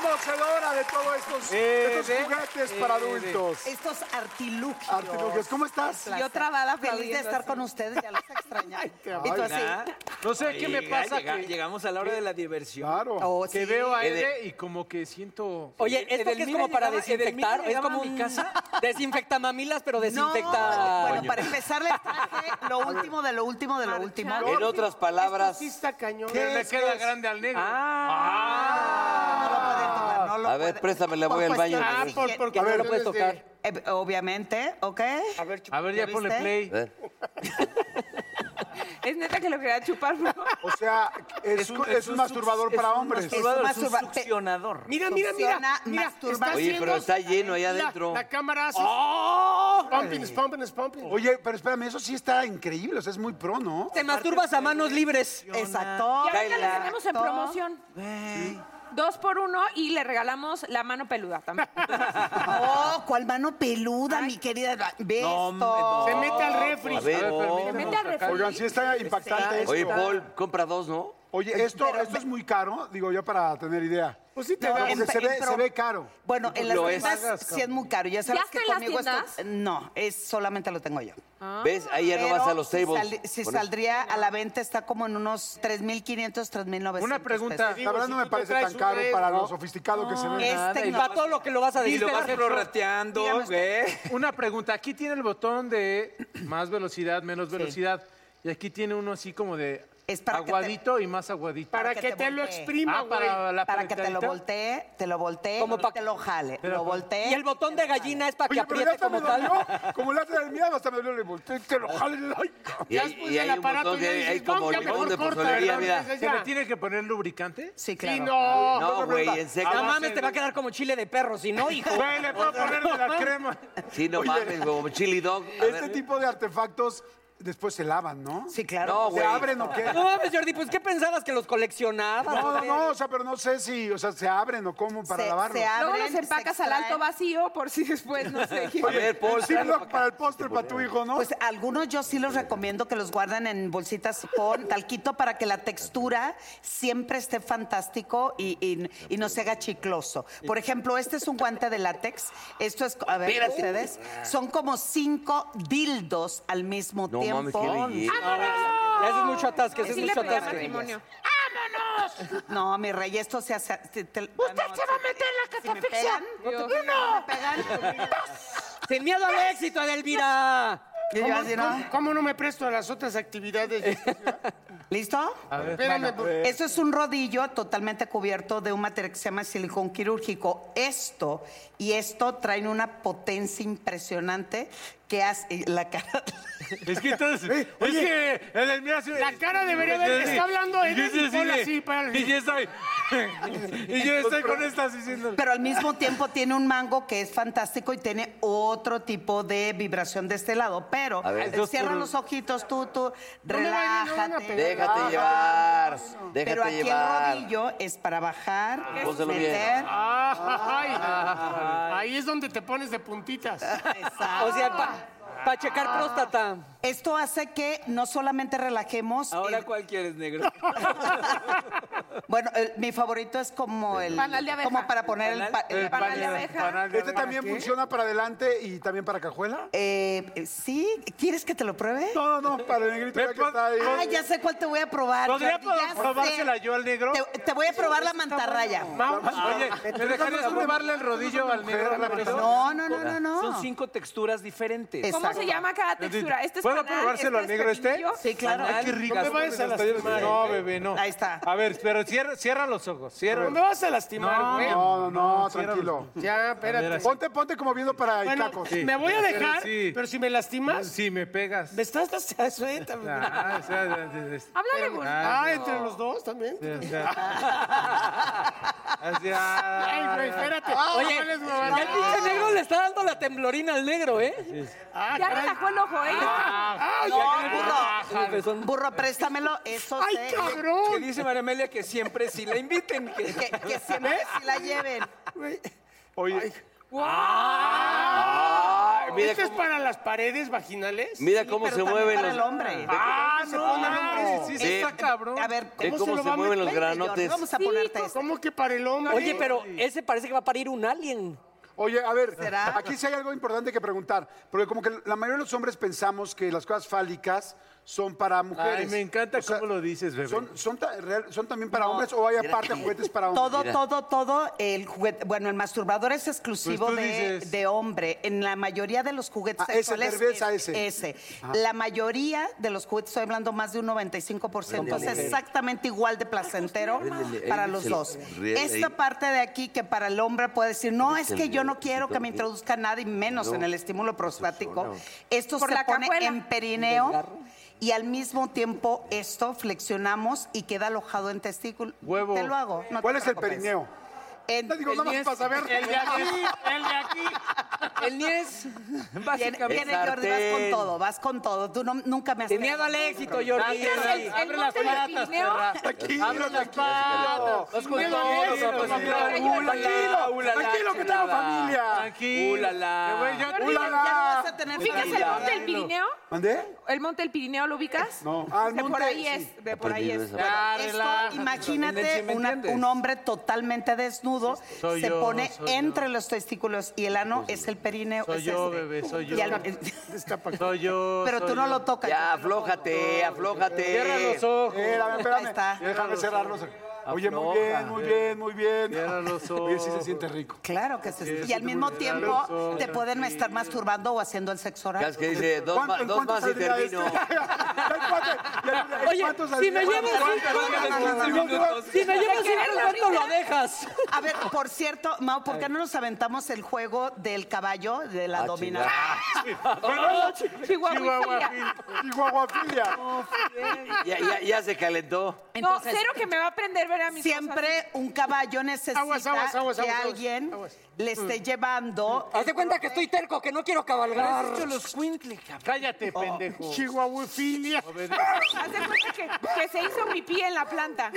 Speaker 6: conocedora de todos estos,
Speaker 3: Eh,
Speaker 6: estos
Speaker 3: de-
Speaker 6: juguetes
Speaker 3: eh,
Speaker 6: para
Speaker 3: de-
Speaker 6: adultos.
Speaker 13: Estos artilugios.
Speaker 6: Artilugios. ¿Cómo estás?
Speaker 13: Yo trabada, feliz de
Speaker 6: Aplaudiendo
Speaker 13: estar
Speaker 6: así.
Speaker 13: con ustedes, ya los extrañaba. y tú
Speaker 10: Nah.
Speaker 13: así.
Speaker 3: No sé qué me
Speaker 10: Llega-
Speaker 3: pasa.
Speaker 10: llega-
Speaker 3: que-
Speaker 10: llegamos a la hora
Speaker 3: que-
Speaker 10: de la diversión.
Speaker 6: Claro.
Speaker 3: que veo a Ede y como que siento.
Speaker 12: Oye, ¿esto que es como para desinfectar? ¿Es como
Speaker 3: mi
Speaker 12: un-
Speaker 3: casa?
Speaker 12: (laughs) Desinfecta mamilas, pero desinfecta...
Speaker 13: No, bueno, para empezar les traje
Speaker 12: (laughs)
Speaker 13: lo último de lo último de lo último.
Speaker 3: Ah.
Speaker 4: En otras palabras,
Speaker 3: Que le queda grande al negro.
Speaker 10: Ah,
Speaker 4: a ver, préstame, le voy al baño.
Speaker 13: Ah,
Speaker 4: regreso.
Speaker 13: por, porque
Speaker 4: A ver,
Speaker 13: no lo puedes tocar. Eh, obviamente, ¿ok? A ver,
Speaker 3: A ver, ya ponle play.
Speaker 4: (laughs)
Speaker 7: Es neta que lo quería chupar, bro.
Speaker 6: O sea, es, un, es un masturbador para hombres.
Speaker 10: es un succionador.
Speaker 8: Mira, mira, mira.
Speaker 13: Funciona
Speaker 8: mira
Speaker 13: masturbando.
Speaker 4: Oye, pero está lleno ahí adentro.
Speaker 8: La cámara hace. Pumping is pumping is pumping.
Speaker 6: Oye, pero espérame, eso sí está increíble, o sea, es muy pro, ¿no?
Speaker 12: Te masturbas a manos libres.
Speaker 13: Exacto.
Speaker 7: Y ahorita
Speaker 13: Baila.
Speaker 7: la tenemos en promoción. Dos por uno y le regalamos la mano peluda
Speaker 6: (laughs)
Speaker 7: también.
Speaker 13: Oh, cuál mano peluda, mi querida. Ah, Ve esto.
Speaker 8: Se mete al refri.
Speaker 4: A ver,
Speaker 7: Se mete al refri.
Speaker 6: Oigan, sí está impactante esto.
Speaker 4: oye, Paul, compra dos, ¿no?
Speaker 6: Oye, esto, esto es muy caro, digo yo para tener idea.
Speaker 8: Pues sí te
Speaker 6: No,
Speaker 8: da.
Speaker 6: porque
Speaker 13: en-
Speaker 6: se,
Speaker 13: en
Speaker 6: ve,
Speaker 13: pro-
Speaker 6: se ve caro.
Speaker 13: Bueno, en las
Speaker 4: Lo es.
Speaker 13: tiendas sí es muy caro. Ya sabes
Speaker 7: ¿Ya
Speaker 13: que
Speaker 7: está en las
Speaker 13: conmigo esto-
Speaker 7: tiendas?
Speaker 13: No, es solamente lo tengo yo.
Speaker 4: ¿Ves? Ahí ya no
Speaker 13: Ah, Pero
Speaker 4: vas a los
Speaker 13: si
Speaker 4: tables.
Speaker 13: sal- si
Speaker 4: Con eso.
Speaker 13: saldría a la venta, está como en unos 3.500, 3.900.
Speaker 3: Una pregunta.
Speaker 13: pesos.
Speaker 6: La verdad
Speaker 8: si
Speaker 6: no
Speaker 8: tú
Speaker 6: me
Speaker 8: te
Speaker 6: parece
Speaker 8: traes
Speaker 6: tan
Speaker 8: un
Speaker 6: caro
Speaker 8: red,
Speaker 6: para
Speaker 8: ¿no?
Speaker 6: lo sofisticado que se ve.
Speaker 13: Es
Speaker 12: Y
Speaker 13: tecnología.
Speaker 12: para todo lo que lo vas a
Speaker 10: Y
Speaker 12: decir.
Speaker 10: lo vas
Speaker 12: Pedro.
Speaker 10: prorrateando,
Speaker 13: Dígame usted.
Speaker 10: ¿eh?
Speaker 3: (laughs) Una pregunta. Aquí tiene el botón de más velocidad, menos velocidad. Y aquí tiene uno así como de
Speaker 13: Es para que te-
Speaker 3: aguadito y más aguadito.
Speaker 8: Para que te lo
Speaker 13: voltee.
Speaker 8: exprima,
Speaker 3: Ah,
Speaker 8: güey.
Speaker 3: para la
Speaker 13: Para que te lo
Speaker 3: paletadita.
Speaker 13: voltee, te lo voltee,
Speaker 12: Como
Speaker 13: no
Speaker 12: pa-
Speaker 13: te lo jale,
Speaker 3: Pero-
Speaker 13: lo voltee.
Speaker 12: Y el botón de gallina es para que
Speaker 6: Oye, pero ya
Speaker 12: apriete
Speaker 6: hasta me
Speaker 12: como tal.
Speaker 6: dolió. Como la hace mira, hasta me dolió. Le volteé, te lo jale. ay, cabrón.
Speaker 4: Y
Speaker 8: Ya
Speaker 4: hay,
Speaker 8: después
Speaker 4: y
Speaker 8: del
Speaker 4: hay un
Speaker 8: aparato
Speaker 4: montón
Speaker 8: ya
Speaker 4: de,
Speaker 8: dices,
Speaker 4: hay como
Speaker 8: no, ya
Speaker 4: limón
Speaker 8: mejor
Speaker 4: de
Speaker 8: corta,
Speaker 4: pozolería,
Speaker 8: ¿verdad?
Speaker 4: mira.
Speaker 8: Entonces
Speaker 3: ¿Se
Speaker 8: ya.
Speaker 3: le tiene que poner lubricante?
Speaker 13: Sí,
Speaker 8: Sí,
Speaker 13: claro.
Speaker 8: no.
Speaker 4: No, güey, en
Speaker 3: Ah,
Speaker 4: seco.
Speaker 12: No mames, te va a quedar como chile de perro, si no, hijo.
Speaker 3: Güey, le puedo poner de la crema.
Speaker 4: Sí, no mames, como chili dog. A
Speaker 6: Este
Speaker 4: ver.
Speaker 6: tipo de artefactos después se lavan, ¿no?
Speaker 13: Sí, claro.
Speaker 4: No,
Speaker 6: ¿Se
Speaker 4: güey.
Speaker 6: abren o qué?
Speaker 12: No
Speaker 13: (laughs)
Speaker 12: mames, Jordi, pues ¿qué pensabas que los coleccionabas?
Speaker 6: No, no, no, o sea, pero no sé si, o sea, se abren o cómo para
Speaker 13: Se-
Speaker 6: lavarlo.
Speaker 13: se
Speaker 7: Luego
Speaker 13: abren,
Speaker 7: los
Speaker 13: se
Speaker 7: empacas al alto
Speaker 13: extraen.
Speaker 7: vacío por si después no
Speaker 6: (laughs)
Speaker 7: sé.
Speaker 4: A ver, Paul,
Speaker 6: Un
Speaker 4: tráelo
Speaker 6: Ziploc
Speaker 4: pa' acá.
Speaker 6: para el póster para tu hijo, ¿no?
Speaker 13: Pues algunos yo sí los recomiendo que los guarden en bolsitas con talquito para que la textura siempre esté fantástico y, y- y no se haga chicloso. Por ejemplo, este es un guante de látex. Esto es, a ver,
Speaker 4: Espérate.
Speaker 13: ustedes, son como cinco dildos al mismo
Speaker 4: No mames,
Speaker 13: tiempo.
Speaker 4: qué belleza.
Speaker 7: Ah,
Speaker 12: Ya ese es mucho atasque, ese es
Speaker 7: Sí le
Speaker 12: mucho
Speaker 7: pedía
Speaker 12: atasque.
Speaker 7: matrimonio.
Speaker 13: No, mi rey, esto se hace. ¡Usted
Speaker 7: se va a meter en la catafixia.
Speaker 13: ¡Uno! pegan?
Speaker 12: ¡Sin miedo al éxito, Edelvira!
Speaker 13: Y yo así,
Speaker 8: ¿Cómo,
Speaker 13: ¿no?
Speaker 4: (laughs)
Speaker 8: cómo no me presto a eh. las otras actividades?
Speaker 13: ¿Listo?
Speaker 2: A ver. Espérame,
Speaker 13: Bueno,
Speaker 2: por-
Speaker 13: eso es un rodillo totalmente cubierto de un material que se llama silicón quirúrgico. Esto y esto traen una potencia impresionante que hace la cara.
Speaker 3: Es que entonces.
Speaker 8: Eh,
Speaker 3: es que. el- el- mira, sí,
Speaker 8: La cara debería haber- está hablando
Speaker 3: Y yo
Speaker 8: Edith
Speaker 3: estoy
Speaker 8: Nicola
Speaker 3: de-
Speaker 8: así, para-
Speaker 3: Y yo estoy. y yo estoy con estas diciendo.
Speaker 13: Pero al mismo tiempo tiene un mango que es fantástico y tiene otro tipo de vibración de este lado. Pero
Speaker 4: A ver.
Speaker 13: eh, cierra los ojitos, tú, tú, relájate.
Speaker 4: Déjate llevar. Déjate
Speaker 13: Pero aquí
Speaker 4: llevar. Ah,
Speaker 13: el rodillo es para bajar,
Speaker 4: Pónselo bien.
Speaker 13: meter.
Speaker 8: Ah, Ay,
Speaker 4: Ah,
Speaker 8: ahí es donde te pones de puntitas.
Speaker 13: O sea, para
Speaker 8: checar
Speaker 13: próstata. Esto hace que no solamente relajemos.
Speaker 10: Ahora,
Speaker 13: el-
Speaker 10: ¿cuál quieres, negro?
Speaker 13: (laughs) bueno, el- mi favorito es como el.
Speaker 7: Panal de abeja.
Speaker 13: Como para poner el, pa-
Speaker 7: El panal de abeja. Panal de
Speaker 6: ¿Este
Speaker 7: abeja.
Speaker 6: también
Speaker 7: ¿Para qué?
Speaker 6: funciona para adelante y también para cajuela?
Speaker 13: Eh, sí, ¿quieres que te lo pruebe?
Speaker 6: No, no, no, para el negrito ya que está ahí.
Speaker 13: Ah, ya sé cuál te voy a probar.
Speaker 3: ¿Podría
Speaker 13: Jordi, ya
Speaker 3: pro- probársela
Speaker 13: sé.
Speaker 3: yo al negro?
Speaker 13: Te, te voy a probar la mantarraya.
Speaker 3: Oye, ¿me dejarías probarle el rodillo al negro?
Speaker 13: No, no, no, no, no.
Speaker 10: Son cinco texturas diferentes.
Speaker 7: ¿Cómo se llama cada textura? Este es
Speaker 3: ¿Puedo
Speaker 7: panal,
Speaker 3: probárselo
Speaker 7: este
Speaker 3: al negro
Speaker 7: es
Speaker 3: este?
Speaker 7: pepinillo.
Speaker 3: Ay, qué rico.
Speaker 8: No me vayas a lastimar.
Speaker 3: No, bebé, no. Ahí
Speaker 13: está.
Speaker 3: A ver, pero cierra, cierra los ojos. Cierra.
Speaker 8: No me vas a lastimar,
Speaker 3: No,
Speaker 8: güey.
Speaker 3: No, no, no,
Speaker 6: No,
Speaker 3: cierra
Speaker 6: tranquilo.
Speaker 3: los-
Speaker 8: Ya,
Speaker 3: A ver,
Speaker 8: espérate.
Speaker 3: así.
Speaker 6: Ponte, ponte como viendo para
Speaker 8: Bueno,
Speaker 6: Icacos.
Speaker 8: me voy a dejar,
Speaker 3: Sí.
Speaker 8: pero si me lastimas,
Speaker 3: Si me pegas.
Speaker 8: me estás lastiando. Suéltame.
Speaker 3: Ah, o sea, de- de-
Speaker 8: Pero-
Speaker 3: bonito.
Speaker 8: Ah, entre los dos también.
Speaker 3: de-
Speaker 10: (laughs)
Speaker 3: de- así, ah,
Speaker 8: Ay, güey, espérate.
Speaker 12: Oye,
Speaker 8: No les muevas.
Speaker 12: ya el pinche negro le está dando la temblorina al negro, ¿eh?
Speaker 8: Ah,
Speaker 7: Ya
Speaker 8: caray.
Speaker 7: relajó el ojo, ¿eh?
Speaker 6: Ah,
Speaker 13: No, burro. Burro, préstamelo. Eso
Speaker 8: ¡Ay,
Speaker 13: se-
Speaker 8: cabrón!
Speaker 10: Que dice María Amelia que siempre sí la inviten. que-
Speaker 13: Que, que siempre
Speaker 12: ¿Eh?
Speaker 13: sí la lleven.
Speaker 6: Oye,
Speaker 10: Ah.
Speaker 8: ¡Wow!
Speaker 4: Ah, mira
Speaker 12: Este
Speaker 8: ¿Esto
Speaker 4: cómo-
Speaker 8: es para las paredes vaginales?
Speaker 4: Mira
Speaker 13: Sí,
Speaker 4: cómo
Speaker 13: pero
Speaker 4: se
Speaker 13: también
Speaker 4: mueven
Speaker 13: para
Speaker 4: los.
Speaker 13: el hombre.
Speaker 8: ¡Ah, no!
Speaker 4: Ah,
Speaker 8: no,
Speaker 4: sí,
Speaker 8: sí,
Speaker 4: sí,
Speaker 8: sí,
Speaker 4: está
Speaker 8: está cabrón.
Speaker 13: A ver,
Speaker 4: Ve
Speaker 13: ¿cómo,
Speaker 4: eh, cómo
Speaker 13: se lo
Speaker 4: se
Speaker 13: va a
Speaker 4: mueven los
Speaker 13: meter, señor?
Speaker 4: granotes.
Speaker 13: Vamos a ponerte esto.
Speaker 8: ¿Cómo que para el hombre?
Speaker 12: Oye, pero ese parece que va a parir un alien.
Speaker 6: Oye, a ver,
Speaker 13: ¿Será?
Speaker 6: aquí sí hay algo importante que preguntar, porque como que la mayoría de los hombres pensamos que las cosas fálicas son para mujeres.
Speaker 3: Ay, me encanta cómo lo dices, bebé.
Speaker 6: ¿Son, son, ta- real- son también para hombres o hay aparte juguetes para hombres?
Speaker 13: Todo, todo, todo, el juguete, bueno, el masturbador es exclusivo
Speaker 6: Pues tú
Speaker 13: de,
Speaker 6: dices.
Speaker 13: de hombre. En la mayoría de los juguetes
Speaker 6: Ah, ese,
Speaker 13: sexuales
Speaker 6: Derbez, ah,
Speaker 13: es
Speaker 6: ese. Ajá.
Speaker 13: La mayoría de los juguetes, estoy hablando más de un 95%, es
Speaker 4: Ándale.
Speaker 13: exactamente igual de placentero
Speaker 4: Ándale,
Speaker 13: para
Speaker 4: ahí
Speaker 13: los
Speaker 4: se-
Speaker 13: dos.
Speaker 4: re-
Speaker 13: Esta
Speaker 4: ahí-
Speaker 13: parte de aquí que para el hombre puede decir, no, es que yo no quiero que me
Speaker 4: No.
Speaker 13: introduzca nada y menos
Speaker 4: No.
Speaker 13: en el estímulo prostático.
Speaker 4: Eso suena.
Speaker 13: Esto
Speaker 7: Por
Speaker 13: se
Speaker 7: la
Speaker 13: pone
Speaker 7: cajuela.
Speaker 13: en perineo. Y al mismo tiempo esto flexionamos y queda alojado en testículo.
Speaker 3: Huevo.
Speaker 13: Te lo hago. no te
Speaker 6: ¿Cuál es el
Speaker 13: preocupes.
Speaker 6: perineo?
Speaker 13: En-
Speaker 6: No, digo, nada más
Speaker 10: niés.
Speaker 6: para saber.
Speaker 8: El de aquí, el de aquí.
Speaker 10: El
Speaker 6: (laughs)
Speaker 10: niés,
Speaker 13: Viene,
Speaker 10: básicamente.
Speaker 13: viene, Jordi, vas con todo, vas con todo. Tú no- nunca me has
Speaker 12: Tenía miedo al éxito, Jordi.
Speaker 7: el- el
Speaker 3: Abre las
Speaker 7: monte de
Speaker 3: patas,
Speaker 7: Pirineo.
Speaker 3: perra. Abre las patas.
Speaker 10: Vas con
Speaker 3: Miedo al
Speaker 10: todo,
Speaker 3: éxito,
Speaker 10: papá,
Speaker 3: miedo
Speaker 10: sí.
Speaker 3: al
Speaker 10: Ulala,
Speaker 3: éxito.
Speaker 10: ulala,
Speaker 6: Tranquilo, que tengo
Speaker 10: chulada.
Speaker 6: familia.
Speaker 3: Tranquilo.
Speaker 10: Ulala.
Speaker 3: Te voy- yo-
Speaker 7: Jordi,
Speaker 6: Ulala.
Speaker 13: Ya no vas a tener
Speaker 7: ¿Ubicas el
Speaker 13: familia.
Speaker 7: monte del Pirineo?
Speaker 6: ¿Mandé?
Speaker 7: ¿El monte del Pirineo lo ubicas?
Speaker 6: No. Ah, el
Speaker 7: De por
Speaker 6: monte,
Speaker 7: ahí
Speaker 6: sí.
Speaker 7: es, de por ahí
Speaker 4: Prohibido
Speaker 7: es.
Speaker 4: esa
Speaker 7: Bueno,
Speaker 3: Ya,
Speaker 13: Esto,
Speaker 3: relájate,
Speaker 13: imagínate
Speaker 10: Nancy, ¿me
Speaker 13: una-
Speaker 10: entiendes?
Speaker 13: un hombre totalmente desnudo,
Speaker 3: Soy
Speaker 13: se
Speaker 3: yo,
Speaker 13: pone
Speaker 3: soy
Speaker 13: entre los testículos y el ano
Speaker 4: Pues
Speaker 13: es el perineo.
Speaker 3: Soy
Speaker 13: es
Speaker 3: yo,
Speaker 13: este.
Speaker 3: bebé, soy yo.
Speaker 13: Y al-
Speaker 3: (laughs)
Speaker 13: (laughs)
Speaker 3: Soy yo.
Speaker 13: pero tú
Speaker 3: soy
Speaker 13: no
Speaker 3: yo.
Speaker 13: lo tocas.
Speaker 4: Ya,
Speaker 13: yo te lo pongo.
Speaker 4: aflójate, aflójate.
Speaker 3: Cierra los ojos.
Speaker 6: Espérame, Eh, espérame.
Speaker 13: Ahí está.
Speaker 6: Déjame cerrarlos. Oye, muy bien, muy bien, muy bien.
Speaker 3: Cierra los
Speaker 6: (laughs) Oye, sí se
Speaker 3: ojos.
Speaker 6: siente rico.
Speaker 13: Claro que sí. Y
Speaker 3: eso
Speaker 13: al
Speaker 3: te
Speaker 13: mismo
Speaker 3: pone
Speaker 13: tiempo
Speaker 3: nervioso,
Speaker 13: te pueden estar masturbando o haciendo el sexo
Speaker 4: Ya
Speaker 13: oral.
Speaker 4: es que dice, dos,
Speaker 6: ¿Cuánto-
Speaker 4: ma-
Speaker 6: en
Speaker 4: dos
Speaker 6: cuánto
Speaker 4: más y
Speaker 6: saldría
Speaker 4: termino.
Speaker 12: (laughs)
Speaker 6: este? Ya, el cuate, ya, el
Speaker 12: Oye,
Speaker 6: cuate
Speaker 12: si
Speaker 6: saldría.
Speaker 12: me llevas
Speaker 6: ¿Cuánto?
Speaker 12: cinco
Speaker 6: No, no, no, no, no, no.
Speaker 12: Si me llevas
Speaker 7: que
Speaker 12: cinco,
Speaker 7: verlo
Speaker 12: ¿cuánto
Speaker 7: ahorita.
Speaker 12: lo dejas?
Speaker 13: A ver, por cierto, Mao, ¿por qué no nos aventamos el juego del caballo de la
Speaker 4: Ah,
Speaker 13: dominada?
Speaker 7: Chihuahua.
Speaker 3: Chihuahua,
Speaker 7: Filia.
Speaker 6: Chihuahuafilia.
Speaker 4: (laughs) Ya, ya, ya se calentó.
Speaker 7: No,
Speaker 13: Entonces-
Speaker 7: cero que me va a aprender ver a mis cosas.
Speaker 13: Siempre un caballo necesita
Speaker 8: Aguas, aguas, aguas,
Speaker 13: que
Speaker 8: aguas, aguas.
Speaker 13: alguien
Speaker 8: Aguas.
Speaker 13: le esté llevando.
Speaker 12: Haz de cuenta que estoy terco, que no quiero cabalgar.
Speaker 3: Cállate,
Speaker 10: Oh.
Speaker 3: pendejo.
Speaker 8: Chihuahuefilia.
Speaker 7: Haz de cuenta que, que se hizo pipí en la planta.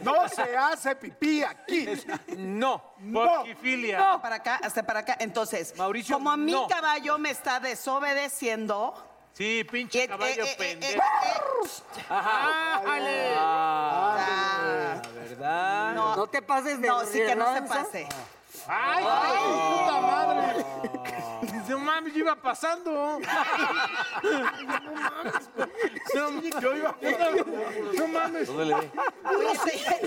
Speaker 6: No se hace pipí (laughs) aquí.
Speaker 10: No.
Speaker 3: Porquifilia.
Speaker 13: No, para acá, hasta para acá. Entonces,
Speaker 10: Mauricio,
Speaker 13: como a mi
Speaker 10: no.
Speaker 13: caballo me está desobedeciendo.
Speaker 3: Sí, pinche
Speaker 13: eh,
Speaker 3: caballo
Speaker 13: eh, eh,
Speaker 3: pendejo.
Speaker 13: eh,
Speaker 10: Ah, ¿verdad?
Speaker 13: eh, no,
Speaker 12: No te pases de
Speaker 13: no, sí que no se
Speaker 12: relanza.
Speaker 13: pase.
Speaker 3: ¡Ay, ay, puta madre! (laughs) No mames, yo iba
Speaker 8: (laughs)
Speaker 3: pasando. No mames, yo iba pasando. No mames.
Speaker 13: (laughs) Oye,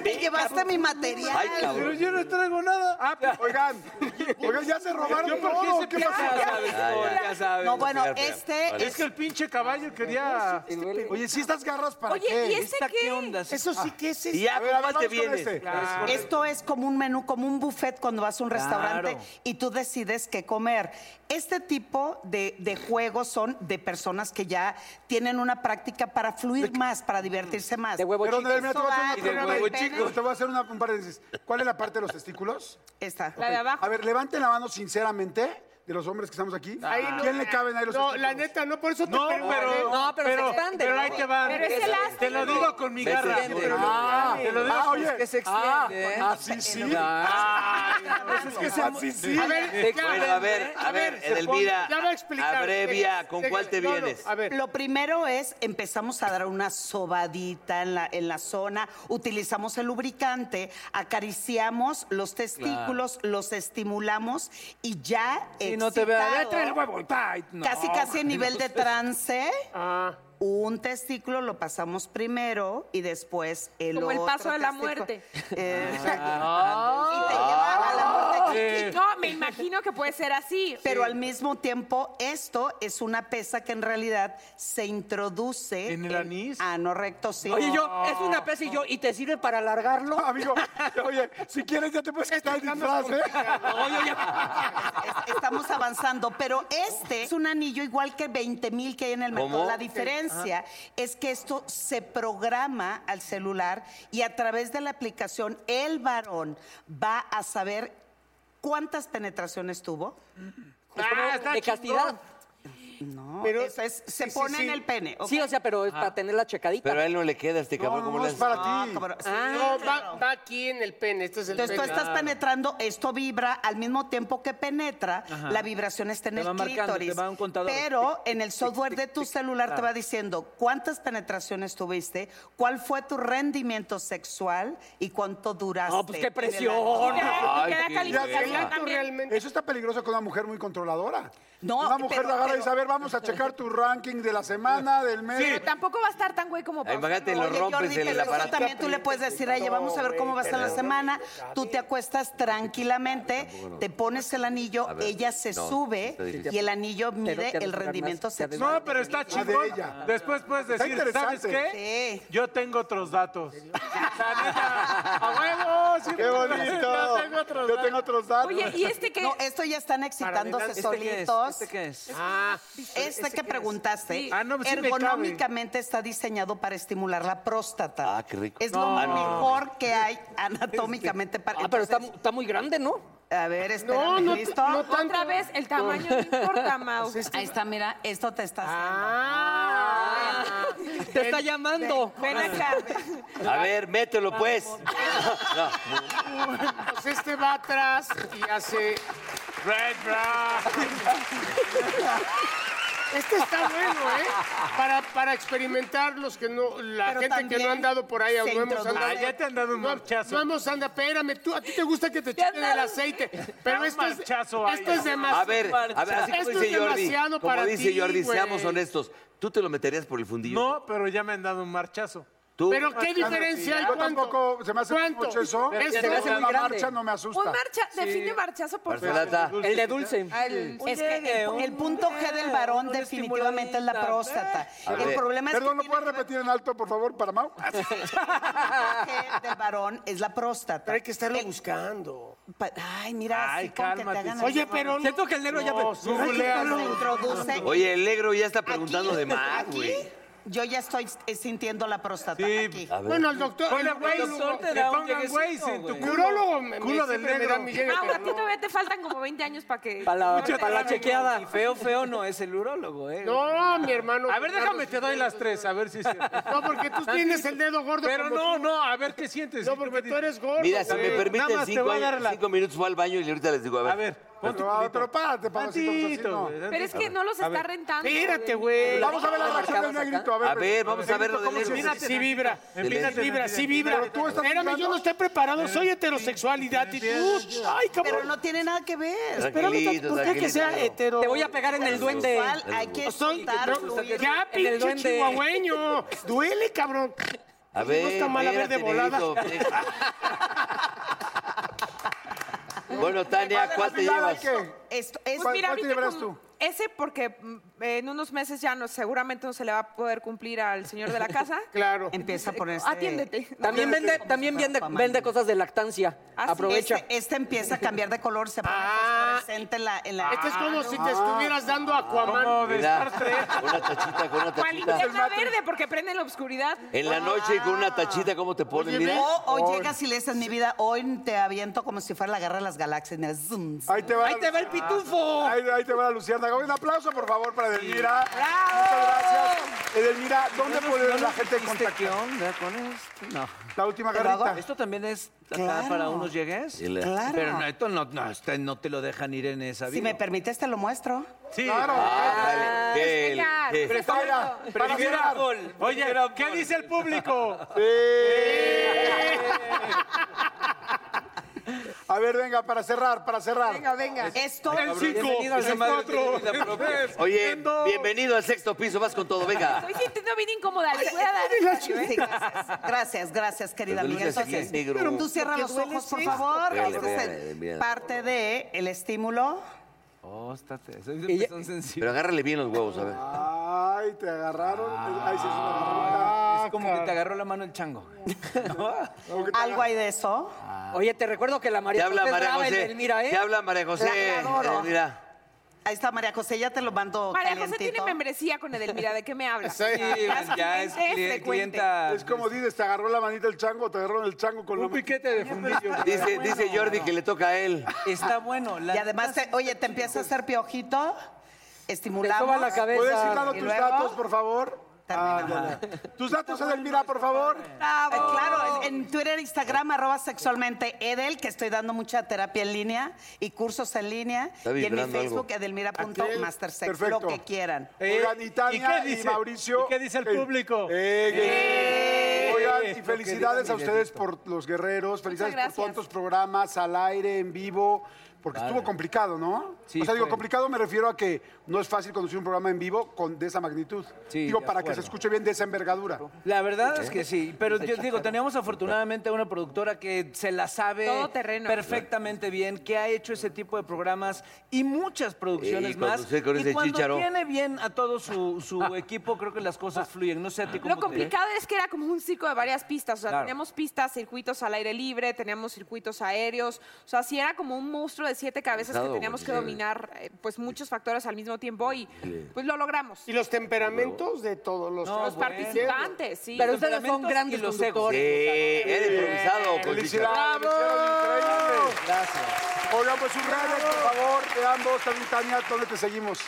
Speaker 13: te llevaste mi material.
Speaker 3: Pero yo no traigo nada. Ah,
Speaker 6: (laughs)
Speaker 3: (laughs)
Speaker 6: oigan, oigan, ya se robaron
Speaker 3: ¿Yo por qué
Speaker 6: todo,
Speaker 3: se
Speaker 6: ¿qué
Speaker 3: pasa?
Speaker 6: pasó?
Speaker 3: Ya sabes,
Speaker 6: Ya,
Speaker 3: Paul,
Speaker 6: ya.
Speaker 3: ya sabes.
Speaker 13: No, bueno, este
Speaker 3: Es que el pinche caballo quería... Oye, si estas garras para
Speaker 13: Oye,
Speaker 3: qué?
Speaker 13: ¿y este ¿Esta qué? qué onda? Eso sí que es este. Y ya,
Speaker 3: A ver,
Speaker 13: ¿con
Speaker 3: a ver,
Speaker 13: cuál te
Speaker 3: vamos con
Speaker 13: vienes?
Speaker 3: este.
Speaker 13: Ah, Esto es como un menú, como un buffet cuando vas a un restaurante
Speaker 5: Claro.
Speaker 13: y tú decides qué comer. Este tipo de, de juegos son de personas que ya tienen una práctica para fluir más, para divertirse más. De huevo
Speaker 6: Pero mira, mira, te voy a hacer una- espérame, Te voy a hacer una, un paréntesis. ¿Cuál es la parte de los testículos?
Speaker 13: Esta.
Speaker 8: La de abajo.
Speaker 6: A ver, levanten la mano sinceramente de los hombres que estamos aquí. ¿Quién le caben ahí los
Speaker 8: No,
Speaker 6: testículos?
Speaker 8: la neta, no, por eso te
Speaker 6: No,
Speaker 8: pregunté.
Speaker 6: pero- No, pero se pero- expande, pero ¿no? ahí te va. Pero es Te elástico. lo digo con mi Se garra. extiende. Ah, te lo digo
Speaker 8: Ah,
Speaker 6: con-
Speaker 8: oye.
Speaker 6: que se ¿eh? Ah. extiende.
Speaker 8: Ah,
Speaker 13: Eh,
Speaker 6: así sí.
Speaker 8: es que se- A ver,
Speaker 4: Bueno, a ver, a ver, Edelmira, abrevia, ¿con cuál te vienes?
Speaker 13: Lo primero es, empezamos a dar una sobadita en la, en la zona, utilizamos el lubricante, acariciamos los testículos, los estimulamos y ya
Speaker 10: Y no te vea, ya
Speaker 13: excitado,
Speaker 10: trae el huevo. y pa, y- no,
Speaker 13: Casi, casi en
Speaker 10: no.
Speaker 13: nivel de trance.
Speaker 4: Ah.
Speaker 13: Un testículo lo pasamos primero y después el
Speaker 7: Como el
Speaker 13: otro
Speaker 7: paso de la
Speaker 13: testículo.
Speaker 7: muerte.
Speaker 13: Eh,
Speaker 4: Ah,
Speaker 7: Y
Speaker 13: (laughs)
Speaker 7: te
Speaker 13: llevaba la muerte.
Speaker 7: No, me imagino que puede ser así.
Speaker 13: Pero al mismo tiempo, esto es una pesa que en realidad se introduce. ¿En el anís? Ah, no recto, sí.
Speaker 12: Oye, yo, es una pesa y yo, ¿y te sirve para alargarlo?
Speaker 6: (laughs) Amigo, oye, si quieres ya te puedes quitar el disfraz, ¿eh?
Speaker 12: (laughs)
Speaker 13: Es- Estamos avanzando, pero este es un anillo igual que 20 mil que hay en el mercado.
Speaker 5: ¿Cómo?
Speaker 13: La diferencia es que esto se programa al celular y a través de la aplicación el varón va a saber cuántas penetraciones tuvo.
Speaker 12: Ah, está de castidad.
Speaker 13: No, pero eso es, se pone en el pene. ok.
Speaker 12: Sí, o sea, pero es para tener la checadita.
Speaker 4: Pero a él no le queda este cabrón. ¿cómo le haces?
Speaker 13: Ah,
Speaker 8: no, va, va aquí en el pene. Este es el
Speaker 13: Entonces tú
Speaker 8: pene.
Speaker 13: estás penetrando, esto vibra al mismo tiempo que penetra,
Speaker 10: Ajá.
Speaker 13: la vibración está en
Speaker 10: Te
Speaker 13: el
Speaker 10: va marcando,
Speaker 13: clítoris.
Speaker 10: te va un contador.
Speaker 13: Pero en el software de tu celular te
Speaker 10: claro.
Speaker 13: va diciendo cuántas penetraciones tuviste, cuál fue tu rendimiento sexual y cuánto duraste.
Speaker 12: No, pues, qué
Speaker 13: en el
Speaker 12: presión.
Speaker 13: acto.
Speaker 12: Ay, Queda qué calificación
Speaker 6: Ya, Eso está peligroso con una mujer muy controladora.
Speaker 13: No,
Speaker 6: una mujer
Speaker 13: pero-
Speaker 6: la agarra y
Speaker 13: pero-
Speaker 6: dice, a ver, vamos a checar tu ranking de la semana, del mes.
Speaker 7: Pero tampoco va a estar tan güey como
Speaker 4: Ay, imagínate, lo
Speaker 13: Oye,
Speaker 4: rompes
Speaker 13: Jordi,
Speaker 4: en el
Speaker 13: pero eso
Speaker 4: aparato.
Speaker 13: también tú le puedes decir a ella, vamos a ver cómo va a estar la
Speaker 4: Pero-
Speaker 13: semana. Tú te acuestas tranquilamente,
Speaker 4: no.
Speaker 13: te pones el anillo,
Speaker 4: ver,
Speaker 13: ella se
Speaker 4: no,
Speaker 13: sube
Speaker 4: está difícil.
Speaker 13: y el anillo
Speaker 3: Pero
Speaker 13: mide
Speaker 3: te
Speaker 13: el
Speaker 3: arrugas,
Speaker 13: rendimiento
Speaker 3: te arrugas.
Speaker 13: sexual.
Speaker 3: No, pero está
Speaker 13: La de
Speaker 3: chingón.
Speaker 13: ella.
Speaker 3: Después puedes
Speaker 13: Está
Speaker 3: decir, ¿sabes
Speaker 13: interesante.
Speaker 3: qué? Yo tengo otros datos. ¡A huevo! sí,
Speaker 6: ¡Qué bonito!
Speaker 3: Yo tengo otros
Speaker 6: Yo tengo otros datos.
Speaker 13: que No, esto ya están excitándose
Speaker 10: ¿Este qué es?
Speaker 13: solitos.
Speaker 10: ¿Este qué es?
Speaker 13: Ah, este,
Speaker 10: ¿Este qué
Speaker 13: que
Speaker 10: es? (laughs)
Speaker 13: preguntaste,
Speaker 10: Sí. Ah, no, sí me cabe.
Speaker 13: ergonómicamente está diseñado para estimular la próstata. Ah,
Speaker 4: qué rico.
Speaker 13: Es
Speaker 4: No. Este.
Speaker 13: lo
Speaker 4: Ah, no.
Speaker 13: mejor
Speaker 4: (laughs)
Speaker 13: que hay anatómicamente para. Ah, pero está,
Speaker 12: muy grande, ¿no?
Speaker 13: A ver, espérame,
Speaker 7: no t-
Speaker 13: ¿listo?
Speaker 7: no tanto. Otra vez, el tamaño no importa, Mau.
Speaker 13: Pues esto- Ahí está, mira, esto te está haciendo.
Speaker 8: Ah.
Speaker 12: Te
Speaker 4: Eh,
Speaker 12: está llamando.
Speaker 13: Ven acá.
Speaker 4: A ver, mételo pues. No.
Speaker 8: Pues este va atrás y hace.
Speaker 3: Red
Speaker 8: Este está bueno, ¿eh? Para, para experimentar los que no, la
Speaker 3: Pero
Speaker 8: gente que no
Speaker 3: también
Speaker 8: ha andado por ahí, o
Speaker 3: se
Speaker 8: no hemos
Speaker 3: introduce.
Speaker 8: andado.
Speaker 3: Ah, ya te han dado un
Speaker 8: no,
Speaker 3: marchazo.
Speaker 8: No hemos andado, espérame, tú, a ti te gusta que te chequen el aceite, pero
Speaker 3: un
Speaker 8: esto es,
Speaker 3: marchazo ahí.
Speaker 8: esto es demasiado.
Speaker 4: A ver, a ver, así como
Speaker 8: esto
Speaker 4: dice
Speaker 8: es
Speaker 4: Jordi,
Speaker 8: demasiado
Speaker 4: como
Speaker 8: para
Speaker 4: dice
Speaker 8: ti,
Speaker 4: Jordi,
Speaker 8: güey.
Speaker 4: seamos honestos, ¿tú te lo meterías por el fundillo?
Speaker 3: No, pero ya me han dado un marchazo.
Speaker 4: ¿Tú?
Speaker 8: Pero qué diferencia hay
Speaker 6: Yo
Speaker 8: cuánto.
Speaker 6: tampoco se me hace
Speaker 8: ¿Cuánto?
Speaker 6: mucho eso.
Speaker 8: Pero
Speaker 6: Esto,
Speaker 8: se me hace muy
Speaker 6: la
Speaker 8: grande.
Speaker 6: marcha no me asusta.
Speaker 7: Un marcha, define marchazo por
Speaker 4: Marcelata.
Speaker 7: favor.
Speaker 4: El de
Speaker 12: dulce.
Speaker 7: Al-
Speaker 13: Es que Ah, el, el punto G del varón definitivamente es la próstata.
Speaker 4: A
Speaker 13: El
Speaker 4: ver.
Speaker 13: problema es que
Speaker 6: Perdón, ¿lo puedes repetir en alto, por favor, para Mau?
Speaker 13: G del varón es la próstata. Pero hay que estarlo buscando. Ay, mira,
Speaker 8: Ay,
Speaker 13: así como que te
Speaker 8: cálmate.
Speaker 13: hagan
Speaker 8: Oye, pero no- Siento que el negro ya- No, sí, googlealo.
Speaker 13: Se introduce.
Speaker 4: Oye, el negro ya está preguntando de más,
Speaker 13: Aquí,
Speaker 4: güey.
Speaker 13: Yo ya estoy eh, sintiendo la próstata aquí.
Speaker 4: A ver.
Speaker 8: Bueno, el doctor.
Speaker 13: Ponle
Speaker 8: el,
Speaker 13: güey,
Speaker 8: el
Speaker 13: doctor te
Speaker 8: le
Speaker 13: da un
Speaker 8: pongan
Speaker 13: lleguecito,
Speaker 8: güey en tu
Speaker 13: güey.
Speaker 8: culo. Neurólogo, me-
Speaker 3: Culo
Speaker 8: me
Speaker 3: del
Speaker 8: siempre me
Speaker 3: negro.
Speaker 8: da mi llegue,
Speaker 7: Ah,
Speaker 8: pero
Speaker 7: a ti todavía te faltan como 20 años para que...
Speaker 10: Para
Speaker 7: no te
Speaker 10: la, para la
Speaker 7: hagan-
Speaker 10: chequeada. Y feo, feo no es el urólogo, ¿eh?
Speaker 8: No, mi hermano.
Speaker 3: A ver, déjame, te doy las tres, a ver si es cierto.
Speaker 6: (laughs)
Speaker 8: No, porque tú tienes el dedo gordo.
Speaker 3: Pero
Speaker 8: como
Speaker 3: no,
Speaker 8: tú.
Speaker 3: no, a ver qué sientes.
Speaker 8: No, porque tú eres gordo.
Speaker 4: Mira, si
Speaker 3: güey.
Speaker 4: me
Speaker 3: Nada
Speaker 8: Eh,
Speaker 4: permiten
Speaker 3: más te
Speaker 4: cinco,
Speaker 3: voy a dar
Speaker 4: años-
Speaker 3: la-
Speaker 4: cinco minutos, voy al baño y ahorita les digo, a ver.
Speaker 3: A ver.
Speaker 6: Pero, pero párate, papacito. pues, así no.
Speaker 7: Pero es que no los
Speaker 6: A
Speaker 7: está
Speaker 6: ver.
Speaker 7: rentando.
Speaker 8: Espérate, güey.
Speaker 6: Vamos a ver la reacción del negrito. A ver,
Speaker 8: Mira, sí vibra, sí
Speaker 6: Empínate,
Speaker 8: vibra, sí
Speaker 6: empínate.
Speaker 8: vibra.
Speaker 6: Pero tú estás
Speaker 8: Espérame, yo no estoy preparado, soy heterosexual y de actitud. Ay, cabrón.
Speaker 13: Pero no tiene nada que ver.
Speaker 8: Espérame, tanto, ¿por qué que sea hetero?
Speaker 12: Te voy a pegar en el duende.
Speaker 13: Sexual, Hay que
Speaker 8: Soy-
Speaker 13: soltar,
Speaker 8: no,
Speaker 13: fluir.
Speaker 8: ya,
Speaker 12: En el
Speaker 8: pinche
Speaker 12: duende.
Speaker 8: chihuahueño. Duele, cabrón.
Speaker 4: A
Speaker 8: No está mal, a ver, de
Speaker 4: espérate,
Speaker 8: volada.
Speaker 4: negrito, espérate. bueno, Tania, ¿cuál te llevas?
Speaker 7: Esto, pues mira,
Speaker 13: es- ¿Cuál- cuál te
Speaker 7: ahorita
Speaker 13: llevarás
Speaker 7: con-
Speaker 13: tú?
Speaker 7: Ese porque mm, en unos meses ya no, seguramente no se le va a poder cumplir al señor de
Speaker 5: (laughs)
Speaker 6: (laughs)
Speaker 7: la casa.
Speaker 8: Claro.
Speaker 13: Empieza por este.
Speaker 7: Atiéndete.
Speaker 12: También vende, también vende, vende cosas de lactancia. Aprovecha.
Speaker 13: Este, este empieza a cambiar de color, se pone fosforescente en la, en la- Ah,
Speaker 8: Este ah. es como si te estuvieras dando Aquaman.
Speaker 4: Mira, una tachita con una
Speaker 7: Cual
Speaker 4: tachita.
Speaker 7: linterna verde porque prende la oscuridad.
Speaker 4: En la noche y con una tachita, ¿cómo te ponen? Mira.
Speaker 13: O, o llegas y le dices, mi vida, hoy te aviento como si fuera la guerra de las galaxias. Mira, zoom, zoom.
Speaker 6: Ahí te va, el pitufo. Ahí, ahí te va la Luciana. Un aplauso, por favor, para Edelmira. Muchas gracias. Edelmira, Ah, ¿dónde
Speaker 10: No nos-
Speaker 6: puede
Speaker 10: no
Speaker 6: la
Speaker 10: nos
Speaker 6: gente
Speaker 10: dijiste
Speaker 6: contactar?
Speaker 10: qué onda con esto? No.
Speaker 6: La última
Speaker 10: Pero
Speaker 6: garrita.
Speaker 10: hago- Esto también es acá
Speaker 13: Claro.
Speaker 10: para unos llegues.
Speaker 4: Y la- Claro.
Speaker 10: Pero no, esto no, no, este no te lo dejan ir en esa
Speaker 13: Si
Speaker 10: vida.
Speaker 13: me permites, te lo muestro.
Speaker 10: Sí.
Speaker 6: Claro.
Speaker 4: Ah, dale. Que el- que-
Speaker 6: Para, para
Speaker 10: Prefiero
Speaker 6: cerrar.
Speaker 10: alcohol.
Speaker 3: Oye, ¿qué dice el público?
Speaker 6: A ver, venga, para cerrar, para cerrar.
Speaker 7: Venga, venga.
Speaker 13: Esto
Speaker 6: El cinco,
Speaker 10: Bienvenido al
Speaker 6: el
Speaker 10: Semana de
Speaker 6: cuatro,
Speaker 10: Vida
Speaker 6: el
Speaker 10: Propia.
Speaker 6: tres,
Speaker 4: Oye,
Speaker 6: el dos.
Speaker 4: bienvenido al sexto piso, vas con todo, venga.
Speaker 7: Estoy sintiendo bien incómoda. Les voy a dar.
Speaker 13: Sí, gracias, gracias, gracias, querida
Speaker 4: Pero
Speaker 13: amiga.
Speaker 4: luces
Speaker 13: Entonces,
Speaker 4: bien negro.
Speaker 13: tú cierra
Speaker 8: Porque
Speaker 13: los
Speaker 8: duele,
Speaker 13: ojos, por
Speaker 8: sí.
Speaker 13: favor.
Speaker 4: Véale,
Speaker 13: Este es el-
Speaker 4: véale, véale.
Speaker 13: parte de el estímulo.
Speaker 10: Oh, está, soy de pezón
Speaker 4: Pero
Speaker 10: sensible.
Speaker 4: agárrale bien los huevos, a ver.
Speaker 6: Ay, te agarraron. Ay, sí, es una
Speaker 10: Ah, es como que te agarró la mano el chango.
Speaker 6: (laughs)
Speaker 10: Ah.
Speaker 13: Algo hay de eso.
Speaker 12: Oye, te recuerdo que la
Speaker 4: Te
Speaker 12: María
Speaker 4: habla
Speaker 12: José es
Speaker 4: María
Speaker 12: brava en
Speaker 4: José.
Speaker 12: el Mira, ¿eh?
Speaker 4: Te habla María José.
Speaker 13: La adoro.
Speaker 4: Mira.
Speaker 13: Ahí está María José, ya te lo mando
Speaker 7: María José
Speaker 13: calientito.
Speaker 7: tiene membresía con Edelmira. ¿De qué me hablas?
Speaker 10: (laughs) Sí, ya es
Speaker 7: cliente
Speaker 10: cli-
Speaker 7: frecuente.
Speaker 10: clienta.
Speaker 6: Es como dices, te agarró la manita el chango, te agarró el chango con la
Speaker 10: un piquete de fundillo.
Speaker 4: Dice, dice Jordi que le toca a él.
Speaker 10: Está bueno. la
Speaker 13: Y además, te- oye, te empieza a hacer piojito, estimulamos.
Speaker 12: Te soba la cabeza.
Speaker 6: ¿Puedes ir dando
Speaker 13: ¿Y
Speaker 6: tus
Speaker 13: luego?
Speaker 6: datos, por favor? Ah, ya, ya. Tus datos, Edelmira, por favor.
Speaker 13: Ah, Claro, en en Twitter, Instagram, arroba sexualmente Edel, que estoy dando mucha terapia en línea y cursos en línea. Y en mi
Speaker 4: vibrando algo.
Speaker 13: Facebook, edelmira.mastersex,
Speaker 6: Perfecto.
Speaker 13: lo que quieran.
Speaker 12: Eh,
Speaker 6: Oigan, y Tania y, Mauricio.
Speaker 3: ¿Y qué dice el
Speaker 6: eh,
Speaker 3: público?
Speaker 6: eh, eh, Oigan, y
Speaker 10: Lo
Speaker 6: felicidades
Speaker 10: que diga
Speaker 6: a
Speaker 10: mi
Speaker 6: ustedes por los guerreros, felicidades por
Speaker 7: gracias.
Speaker 6: tantos programas al aire, en vivo, porque estuvo complicado, ¿no?
Speaker 10: Sí,
Speaker 6: o sea, digo,
Speaker 10: fue.
Speaker 6: complicado me refiero a que no es fácil conducir un programa en vivo con, de esa magnitud.
Speaker 10: Sí,
Speaker 6: digo,
Speaker 10: de
Speaker 6: para que se
Speaker 10: acuerdo.
Speaker 6: escuche bien de esa envergadura.
Speaker 10: La verdad es que sí, pero yo digo, teníamos afortunadamente una productora que se la sabe
Speaker 7: Todo terreno.
Speaker 10: perfectamente bien, que ha hecho ese tipo de programas y muchas producciones
Speaker 4: Y
Speaker 10: más.
Speaker 4: conducir con
Speaker 10: y
Speaker 4: ese
Speaker 10: cuando
Speaker 4: chícharo.
Speaker 10: tiene bien a todo su, su
Speaker 4: (laughs)
Speaker 10: equipo, creo que las cosas fluyen. No sé a ti cómo
Speaker 7: Lo
Speaker 10: te-
Speaker 7: complicado es que era como un circo de varias pistas. O sea,
Speaker 10: Claro.
Speaker 7: teníamos pistas, circuitos al aire libre, teníamos circuitos aéreos. O sea, sí era como un monstruo de siete cabezas
Speaker 4: Pesado,
Speaker 7: que teníamos que
Speaker 4: güey.
Speaker 7: dominar eh, pues muchos factores al mismo tiempo y pues lo logramos.
Speaker 8: Y los temperamentos de todos los,
Speaker 10: No,
Speaker 7: Los
Speaker 10: bueno.
Speaker 7: participantes, sí.
Speaker 12: Pero ustedes son
Speaker 10: Temperamentos
Speaker 12: grandes
Speaker 10: y los
Speaker 4: Sí,
Speaker 12: conductores.
Speaker 4: era improvisado, Conchita.
Speaker 6: ¡Felicidades! lo hicieron increíble. Oigan, pues sus redes, por favor, de ambos, también Tania, ¿dónde te seguimos?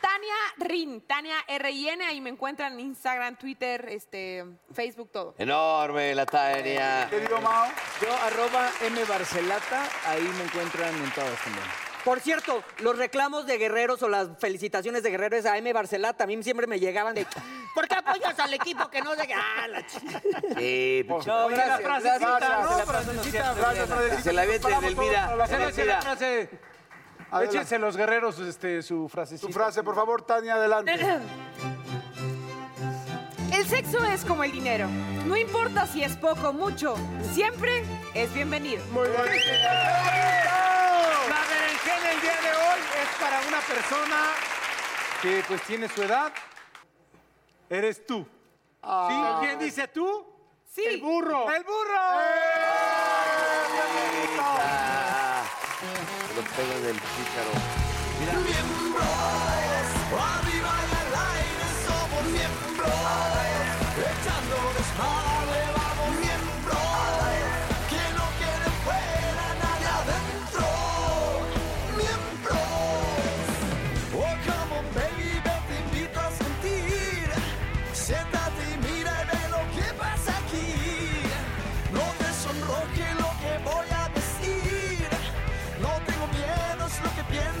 Speaker 7: Tania Rin, Tania R-I-N, ahí me encuentran en Instagram, Twitter, este, Facebook, todo.
Speaker 4: Enorme la Tania.
Speaker 6: Querido Mao.
Speaker 10: Yo, arroba M Barcelata, ahí me encuentran en todas también.
Speaker 12: (laughs) Por cierto, los reclamos de guerreros o las felicitaciones de guerreros a M. Barcelata, a mí siempre me llegaban de. (laughs) ¿Por qué apoyas al equipo que no de.? ¡Ah, la ch-".
Speaker 4: Sí, pinche-
Speaker 10: No, gracias,
Speaker 3: frasecita,
Speaker 10: gracias.
Speaker 3: ¿no?
Speaker 10: Se la pasan haciendo
Speaker 3: Frasecita,
Speaker 10: bien.
Speaker 3: frase, frase.
Speaker 4: Se la avienten,
Speaker 6: Nos paramos
Speaker 4: Edelmira.
Speaker 6: todos para la cena.
Speaker 3: Échense la frase.
Speaker 6: Adelante.
Speaker 3: Échense los guerreros este, su frasecita.
Speaker 6: Tu frase, por favor, Tania, adelante.
Speaker 7: El sexo es como el dinero. No importa si es poco o mucho, siempre es bienvenido.
Speaker 3: La berenjena el día de hoy es para una persona que pues tiene su edad. Eres tú. ¿Sí? ¿Quién dice tú?
Speaker 7: Sí.
Speaker 3: El burro. ¡El burro!
Speaker 4: Ah, se lo pegan del chícharo.
Speaker 2: Arriba y al aire somos miembros, echando desmadre vamos miembros, que no quede fuera nadie adentro, miembros. Oh, come on baby, te invito a sentir, siéntate y mira y ve lo que pasa aquí. No te sonroje lo que voy a decir, no tengo miedo, es lo que pienso.